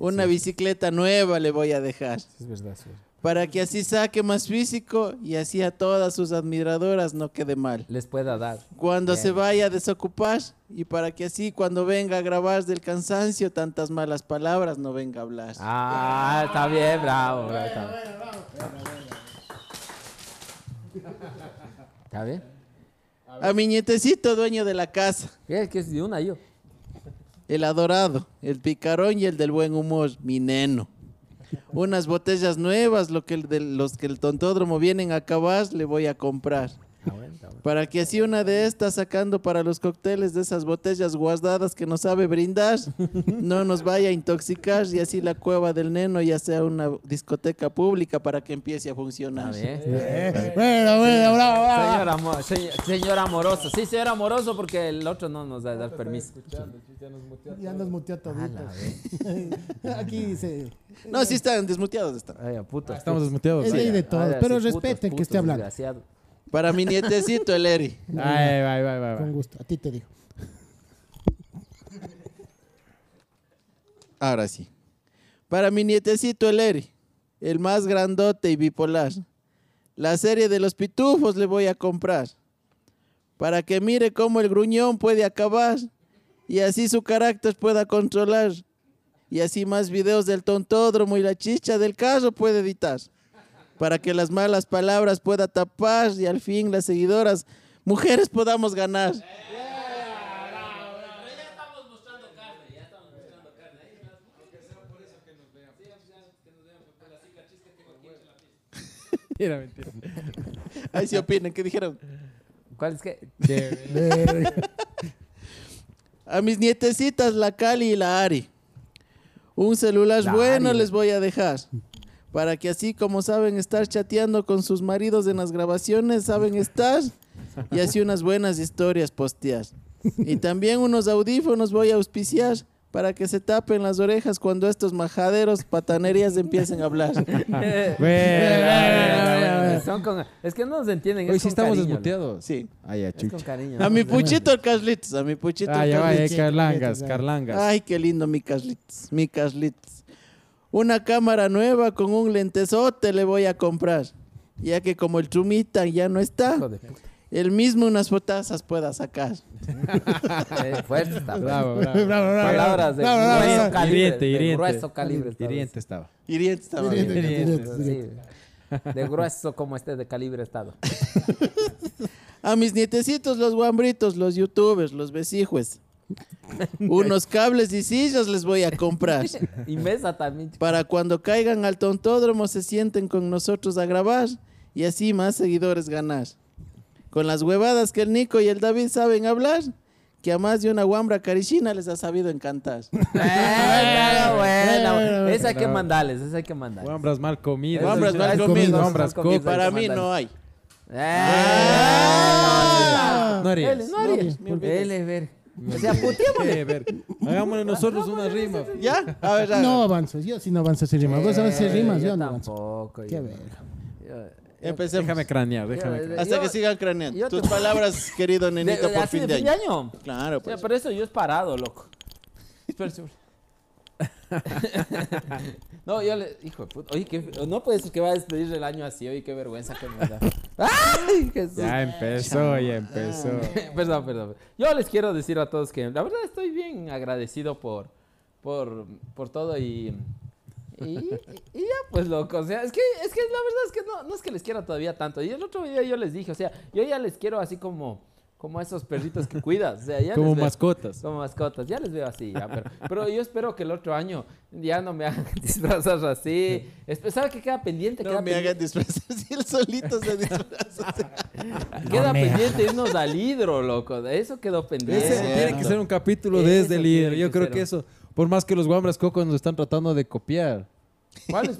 Una bicicleta nueva le voy a dejar.
hora. Es verdad, sí.
Para que así saque más físico y así a todas sus admiradoras no quede mal.
Les pueda dar.
Cuando
Bien.
se vaya a desocupar y para que así cuando venga a grabar del cansancio tantas malas palabras no venga a hablar.
Ah, está bien, bravo, bravo. Está bien. ¿Está bien?
A mi nietecito dueño de la casa,
¿Qué es que es de una yo?
el adorado, el picarón y el del buen humor, mi neno. Unas botellas nuevas, lo que el de- los que el tontódromo vienen a acabar, le voy a comprar.
cabrón.
Para que así una de estas sacando para los cócteles de esas botellas guardadas que no sabe brindar, no nos vaya a intoxicar y así la cueva del neno ya sea una discoteca pública para que empiece a
A
funcionar.
ver.
Eh, Bueno, bueno, bravo, bravo.
Señor, amo- señor, señor amoroso. Sí, señor amoroso, porque el otro no nos va a dar permiso.
Ya nos muteó todito. <laughs> Aquí dice.
No, sí están desmuteados están.
Ay, a putos.
Estamos desmuteados.
Es
Ay,
ley de
Ah,
todos,
ahora
pero
sí, putos,
respeten que
putos,
esté hablando.
desgraciado.
Para mi nietecito el Eri.
ay, ay, ay, ay.
Con gusto, a ti te digo.
Ahora sí. Para mi nietecito el Eri, el más grandote y bipolar. La serie de los pitufos le voy a comprar. Para que mire cómo el gruñón puede acabar y así su carácter pueda controlar. Y así más videos del tontódromo y la chicha del caso puede editar. Para que las malas palabras pueda tapar y al fin las seguidoras mujeres podamos ganar.
Mentira, mentira.
Ahí sí opinen, ¿qué dijeron?
¿Cuál es que?
Eh,
A mis nietecitas, la Cali y la Ari. Un celular
La
bueno
Ari.
les voy a dejar. Para que así como saben estar chateando con sus maridos en las grabaciones, saben estar y así unas buenas historias postear. Y también unos audífonos voy a auspiciar para que se tapen las orejas cuando estos majaderos patanerías empiecen a hablar.
<laughs>
eh,
Son con- Es que no nos entienden.
Hoy
es
sí
con
estamos
cariño,
desmuteados.
Sí.
Ay, ay,
loco. Es con
chucha.
cariño.
A mi
¿no?
puchito el Carlitos, a mi puchito el
Ay, ay, ay,
Carlitos.
Carlangas,
<laughs>
Carlangas.
Ay, qué lindo mi Carlitos, mi Carlitos. Una cámara nueva con un lentesote le voy a comprar. Ya que como el trumita ya no
Hijo
está,
de puta.
él mismo unas fotazas pueda sacar.
Eh, fuerte está.
Bravo, bravo.
Palabras de
Bravo, bravo,
grueso
bravo.
calibre.
Hiriente,
de
hiriente.
grueso calibre. esta vez.
Hiriente estaba.
Hiriente estaba bien.
Hiriente.
Hiriente, sí. De grueso como este de calibre estado.
A mis nietecitos, los guambritos, los youtubers, los besijues. Unos cables y sillas les voy a comprar.
Y mesa también.
<laughs>
chico.
Para cuando caigan al tontódromo se sienten con nosotros a grabar y así más seguidores ganar. Con las huevadas que el Nico y el David saben hablar, que a más de una guambra carichina les ha sabido encantar.
Eh, Bueno, bueno. Esa hay que
Bravo.
mandarles, esa hay que mandarles.
Guambras mal comidas.
Guambras mal
comidas.
comidas.
Guambras
Mal comidas.
comidas.
Para mí
mandan.
no hay.
Ah,
No harías.
Eh, Él, No harías. Él es ver. O sea, puteémosle.
Eh, ver, Hagámosle nosotros una rima.
¿Ya? A ver, a ver.
No avanzo, yo sí no avanzo sin rimas. Vos
Eh,
avanzas sin rimas, yo no avanzo.
Eh, tampoco.
Qué
yo-
verga.
yo-
Empecemos.
Déjame cranear, déjame cranear.
Hasta
yo-
que sigan craneando.
yo
Tus
te-
palabras, querido
de-
nenito, por
así
fin
de
de año.
año.
Claro, pues.
Ya, pero eso yo es parado, <laughs> loco. <laughs> no, yo le. Hijo de puta. Oye, que, no puede ser que va a despedir el año así. Oye, qué vergüenza que me da. <laughs> ¡Ay, Jesús!
Ya empezó, ya empezó.
<laughs> perdón, perdón. Yo les quiero decir a todos que la verdad estoy bien agradecido por, por, por todo y, y, y ya pues loco. O sea, es que, es que la verdad es que no, no es que les quiera todavía tanto. Y el otro día yo les dije, o sea, yo ya les quiero así como, como a esos perritos que cuidas. O sea, ya
Como
les veo-
mascotas.
como mascotas, ya les veo así, ya, pero, pero yo espero que el otro año ya no me hagan <laughs> disfrazar así. Espe- ¿Sabe qué queda pendiente?
No
queda
me
pendiente-
hagan disfrazar si él solito se disfraza.
Queda pendiente irnos al hidro, loco. Eso quedó pendiente.
Ese tiene que ser un capítulo desde
Eso
el líder.
tiene
Yo
que
creo
ser
que
un-
eso, por más que los guambras cocos nos están tratando de copiar.
¿Cuál es?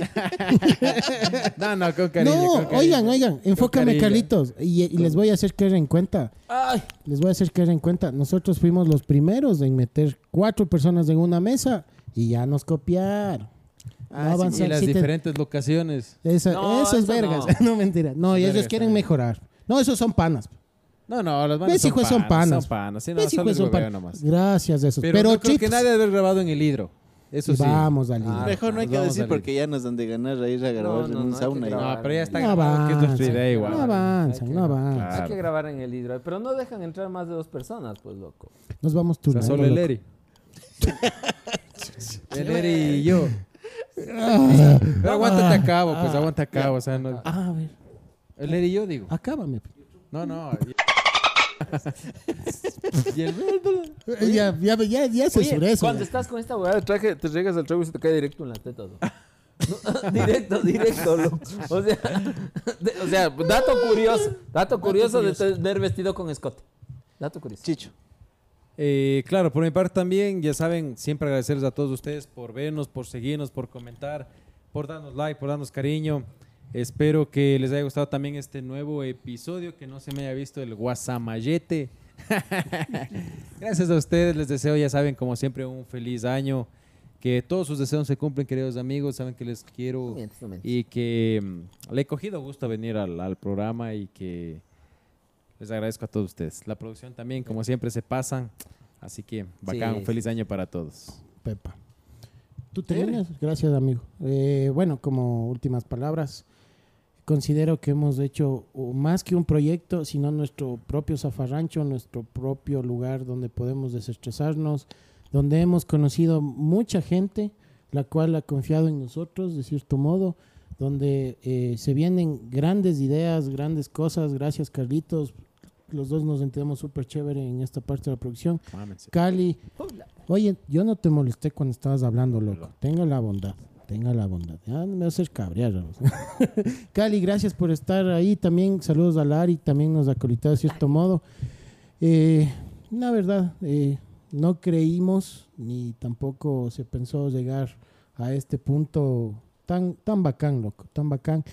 No, no, con cariño.
No,
con cariño.
oigan, oigan, enfócame
cariño.
Carlitos y, y les voy a hacer caer en cuenta.
Ay,
Les voy a hacer caer en cuenta. Nosotros fuimos los primeros en meter cuatro personas en una mesa y ya nos copiaron. No avanzar,
Ah, Y las
sí te-
diferentes locaciones.
esa-
No,
esas
eso
vergas.
no.
<laughs> No. mentira. No, y ellos
Vergas,
quieren
eh.
mejorar. No, esos son panas.
No, no, las bandas
Ves,
son
hijos,
panas.
son panas.
Son panas. Sí, no,
Ves,
son
hijo,
les
son
hueveo
panas.
nomás.
Gracias a esos.
Pero,
Pero,
no creo que
chips,
nadie ha haber grabado en el hidro. Eso sí.
Vamos al
Ah,
líder.
Mejor no hay
nos
que
vamos
decir
al
porque ya nos dan de ganar a ir a grabar
no,
en un
no hay que
sauna. ahí.
grabar.
No, pero ya está
No
grabado, que es nuestra
avanzan,
idea igual.
no avanzan, no avanzan.
Claro.
hay que grabar en el hidro, pero no dejan entrar más de dos personas, pues loco.
Nos vamos
O sea,
turnando.
solo el
loco.
Eri. el Eri y yo. Pero aguántate a cabo, pues aguanta a cabo. O sea, no-
Ah, a ver,
El Eri y yo digo.
acábame.
No, no. y- y el-
Eh, Ya, ya, ya, ya censuré eso. eh.
cuando
ya.
estás con esta weá de traje, te llegas al trago y se te cae directo en la teta. ¿no? <laughs> directo, directo, loco. O sea, de- o sea, dato curioso. Dato curioso de tener vestido con escote. Dato curioso.
Chicho.
Eh, claro, por mi parte también, ya saben, siempre agradecerles a todos ustedes por vernos, por seguirnos, por comentar, por darnos like, por darnos cariño. Espero que les haya gustado también este nuevo episodio, que no se me haya visto el guasamayete. <laughs> Gracias a ustedes, les deseo, ya saben, como siempre, un feliz año. Que todos sus deseos se cumplen, queridos amigos. Saben que les quiero
mientas, no mientas.
y que mm, le he cogido gusto a venir al, al programa y que les agradezco a todos ustedes. La producción también, como siempre, se pasan. Así que, bacán,
Sí.
un feliz año para todos.
Pepa. ¿Tú terminas? Gracias, amigo. Eh, bueno, como últimas palabras, considero que hemos hecho o más que un proyecto, sino nuestro propio zafarrancho, nuestro propio lugar donde podemos desestresarnos, donde hemos conocido mucha gente, la cual ha confiado en nosotros, de cierto modo, donde eh, se vienen grandes ideas, grandes cosas. Gracias, Carlitos. Los dos nos entendemos súper chévere en esta parte de la producción.
Mámense.
Cali. Oye, yo no te molesté cuando estabas hablando, loco. Tenga la bondad. Tenga la bondad. Ya no <laughs> me haces cabrear. Ramos. Cali, gracias por estar ahí. También saludos a Lari. También nos acolitó de cierto modo. Eh, la verdad, eh, no creímos ni tampoco se pensó llegar a este punto tan, tan bacán, loco. Tan bacán.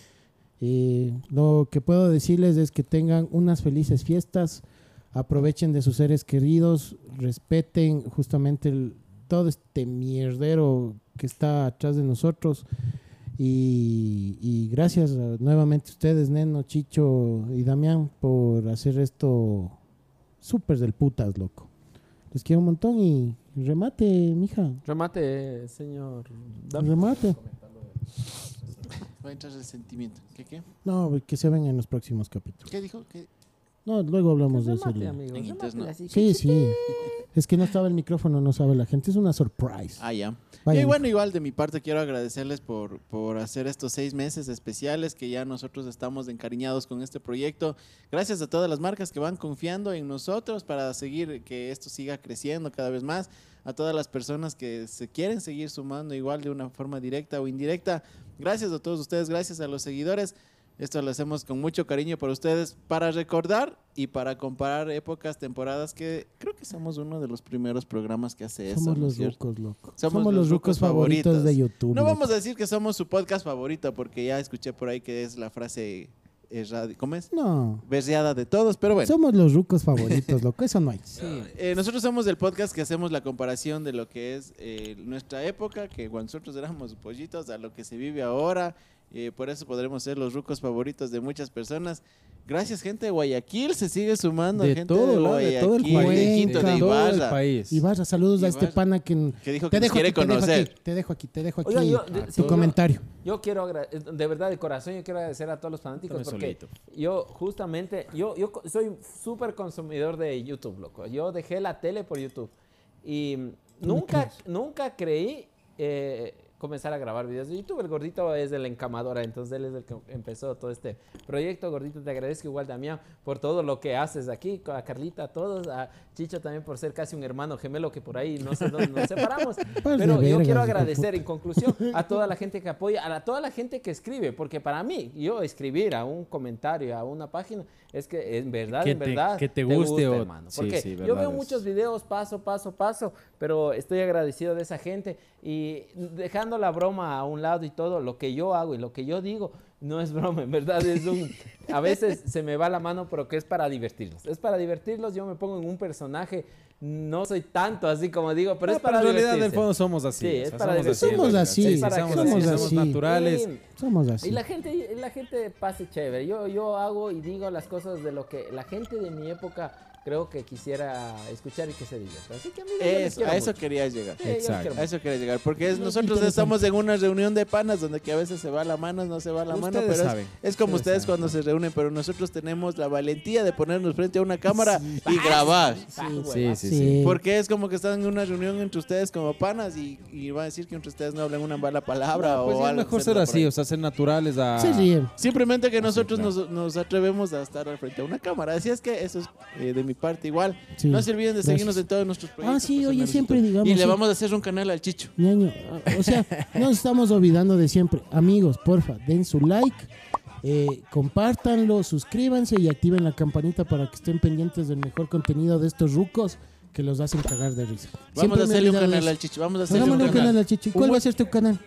Eh, lo que puedo decirles es que tengan unas felices fiestas, aprovechen de sus seres queridos, respeten justamente el- todo este mierdero que está atrás de nosotros. Y, y gracias a- nuevamente a ustedes, Neno, Chicho y Damián, por hacer esto súper del putas, loco. Les quiero un montón y remate, mija.
Remate, señor. Dame.
Remate.
Va a entrar el sentimiento. ¿Qué qué?
No, que se ven en los próximos capítulos.
¿Qué dijo? ¿Qué?
No, luego hablamos de eso.
Remate,
luego.
amigo.
En internet.
remátela así.
Sí, sí. Es que no estaba el micrófono, no sabe la gente. Es una surprise.
Ah, ya.
Vaya,
Y bueno, igual de mi parte quiero agradecerles por, por hacer estos seis meses especiales que ya nosotros estamos encariñados con este proyecto. Gracias a todas las marcas que van confiando en nosotros para seguir que esto siga creciendo cada vez más. A todas las personas que se quieren seguir sumando igual de una forma directa o indirecta. Gracias a todos ustedes, gracias a los seguidores. Esto lo hacemos con mucho cariño para ustedes, para recordar y para comparar épocas, temporadas, que creo que somos uno de los primeros programas que hace eso.
somos
¿no es
los
cierto?
rucos, loco.
Somos
Somos,
los
los rucos
rucos
favoritos,
favoritos.
de YouTube.
No
loco.
vamos a decir que somos su podcast favorito, porque ya escuché por ahí que es la frase eh, radi- ¿cómo es?
No.
Berreada de todos, pero bueno.
Somos los rucos favoritos, loco. Eso
<laughs>
no hay.
Eh, nosotros somos el podcast que hacemos la comparación de lo que es eh, nuestra época, que cuando nosotros éramos pollitos, a lo que se vive ahora. Eh, por eso podremos ser los rucos favoritos de muchas personas. Gracias, gente de Guayaquil. Se sigue sumando
De
gente
todo
de
lado,
Guayaquil,
de todo el
de
país,
Quito,
de
de
todo el
Ibarra.
país.
Y Barra, saludos a
Ibarra.
este pana que.
Que dijo que
te
nos
dejo
quiere
aquí, te dejo
conocer.
aquí, Te dejo aquí, te dejo aquí.
Oiga, yo-
tu
de- sí, yo-
comentario.
Yo quiero, agra- eh, de verdad, de corazón, yo quiero agradecer a todos los fanáticos
Cuéntame
porque yo justamente, yo, yo co- soy súper consumidor de YouTube, loco. Yo dejé la tele por YouTube y nunca, nunca creí eh, comenzar a grabar videos de YouTube. El gordito es de la encamadora, entonces él es el que empezó todo este proyecto. Gordito, te agradezco igual, Damián, por todo lo que haces aquí, a Carlita, a todos, a Chicho también por ser casi un hermano gemelo que por ahí no sé dónde nos separamos.
Par de
Pero yo
vergas, hijo
quiero
de
agradecer en conclusión, a toda la gente que apoya, a la- toda la gente que escribe, porque para mí, yo escribir a un comentario, a una página, es que en verdad,
Que
en
te-
verdad.
que te guste o-
hermano.
sí,
Porque
sí,
yo
verdad
veo
es.
muchos videos paso, paso, paso, pero estoy agradecido de esa gente y dejando la broma a un lado y todo, lo que yo hago y lo que yo digo. No es broma, en verdad es un... A veces se me va la mano, pero que es para divertirlos. Es para divertirlos, yo me pongo en un personaje, no soy tanto así como digo, pero
No,
es para
Ah, en realidad, en el
divertirse.
fondo, somos así.
Sí, es para
somos
divertirse.
en
Somos
realidad.
así,
Sí,
para que
somos,
somos
así,
así.
somos naturales.
Sí.
Somos así.
Y la gente, y la gente pase chévere. Yo, yo hago y digo las cosas de lo que la gente de mi época creo que quisiera escuchar y que se divierta. Así que a mí yo les
Eso,
quiero
a eso
mucho.
quería llegar.
Sí, yo les
Exacto.
quiero
A eso quería llegar, porque es-
No,
nosotros
interesante.
estamos en una reunión de panas donde que a veces se va la mano, no se va la mano,
Ustedes
pero es-
saben,
es, como
ustedes
ustedes
saben.
cuando se reúnen, pero nosotros tenemos la valentía de ponernos frente a una cámara y grabar.
mucho. Ah,
Sí,
hueva.
sí,
Sí.
sí.
Porque es como que están en una reunión entre ustedes como panas y, y va a decir que entre uustedes no hablan una mala palabra
Pues
o
es
algo.
mejor ser
etcétera, por
así,
ahí.
o sea, ser naturales a...
Se ríen.
Simplemente que nosotros
claro.
nos, nos atrevemos a estar al frente a una cámara. Así es que eso es eh, de mi mi parte igual.
Sí,
no se olviden de
gracias.
seguirnos en todos
Ah,
nuestros proyectos.
sí, oye,
personales y
siempre
todo.
digamos,
Y le
sí.
vamos a hacer un canal al Chicho.
Ñaño, ah, o sea, no nos estamos olvidando de siempre. Amigos, porfa, den su like, eh, compártanlo, suscríbanse y activen la campanita para que estén pendientes del mejor contenido de estos rucos que los hacen cagar de risa.
Vamos
Siempre
a
me he
hacerle un
olvidado de
canal
eso.
al Chicho. Vamos a hacerle
Hagámosle un canal al Chicho. ¿Y
Un
¿Cuál va a
buen-
ser tu canal?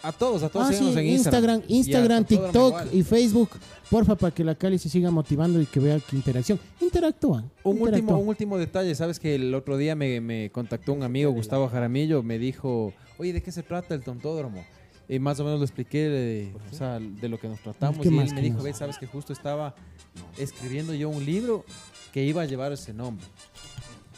A todos, a todos
Ah, sí,
síganos en
Instagram,
Instagram.
Instagram,
Y a Topódromo
TikTok
igual.
y Facebook. Porfa, para que la Cali se siga motivando y que vea que interacción. Interactúan.
Un último,
interactúan.
un último detalle, sabes que el otro día me, me contactó un amigo, Gustavo Jaramillo, me dijo, oye, ¿de qué se trata el tontódromo? Y más o menos lo expliqué eh, o sea, de lo que nos tratamos.
¿Qué
Y
más,
él me
qué
dijo,
más?
ve, sabes que justo estaba escribiendo yo un libro que iba a llevar ese nombre.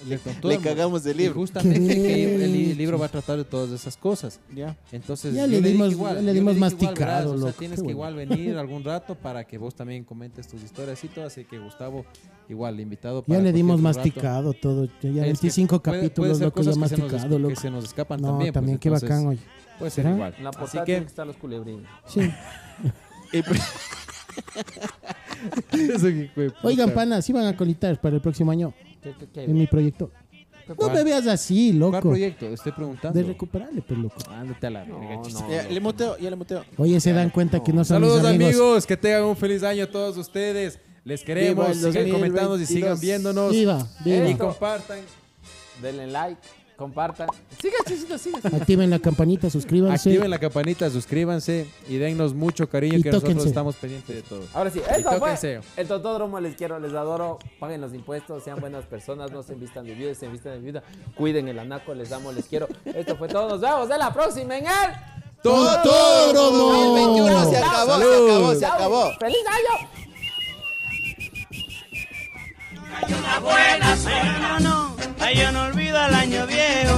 El del
Le
Tontódromo.
cagamos de
Y
este libro.
justamente
<laughs>
que el, el
Qué
libro va a tratar de todas esas cosas.
Ya.
Entonces,
Ya
yo
le dimos-
dije igual,
ya le
yo
dimos
dije igual,
masticado,
verás, o sea,
loco,
tienes
qué
que igual venir algún rato para que vos también comentes tus historias y todo. Así que Gustavo, igual, invitado.
Ya
para
le dimos
cualquier otro rato.
masticado todo. Ya
Es que
25
puede- puede
capítulos,
ser
loco, ya
cosas que se nos
masticado,
esca-
loco.
Que se nos escapan
no,
también.
también,
pues,
qué
entonces,
bacán, oye.
Puede ser
¿Será?
igual.
En la
Así
portada tienen
que
que están los culebrines.
Sí.
pues,
<laughs> Eso que fue puta.
<laughs> Oigan, panas, sí van a colitar para el próximo año
¿Qué- qué- qué?
en mi proyecto. No
¿Cuál?
me veas así,
¿Cuál
loco.
proyecto? Estoy preguntando.
De recuperarle, pues, loco.
Ándate a la verga,
No,
chiste.
no,
Ya, le muteo, ya le muteo.
Oye, se dan cuenta que no son
Saludos
mis
amigos.
amigos.
que tengan un feliz año a todos ustedes. Les queremos,
el
sigan
2022.
comentando y sigan viéndonos.
Viva,
Y
viva.
compartan.
Denle like, compartan. Siga, chichito, siga.
Activen la campanita, suscríbanse.
Activen la campanita, suscríbanse y dennos mucho cariño
Y
que
tóquense.
nosotros estamos pendientes de todo.
Ahora sí,
Y
esto fue
tóquense.
el Totódromo. Les quiero, les adoro. Paguen los impuestos, sean buenas personas, no se vistan de viuda, se vistan de viuda. Cuiden el anaco, les amo, les quiero. Esto fue todo. Nos vemos en la próxima en el
¡Totódromo!
2021 se acabó, se acabó, se acabó.
¡Feliz año!
Ay, yo no olvido el año viejo.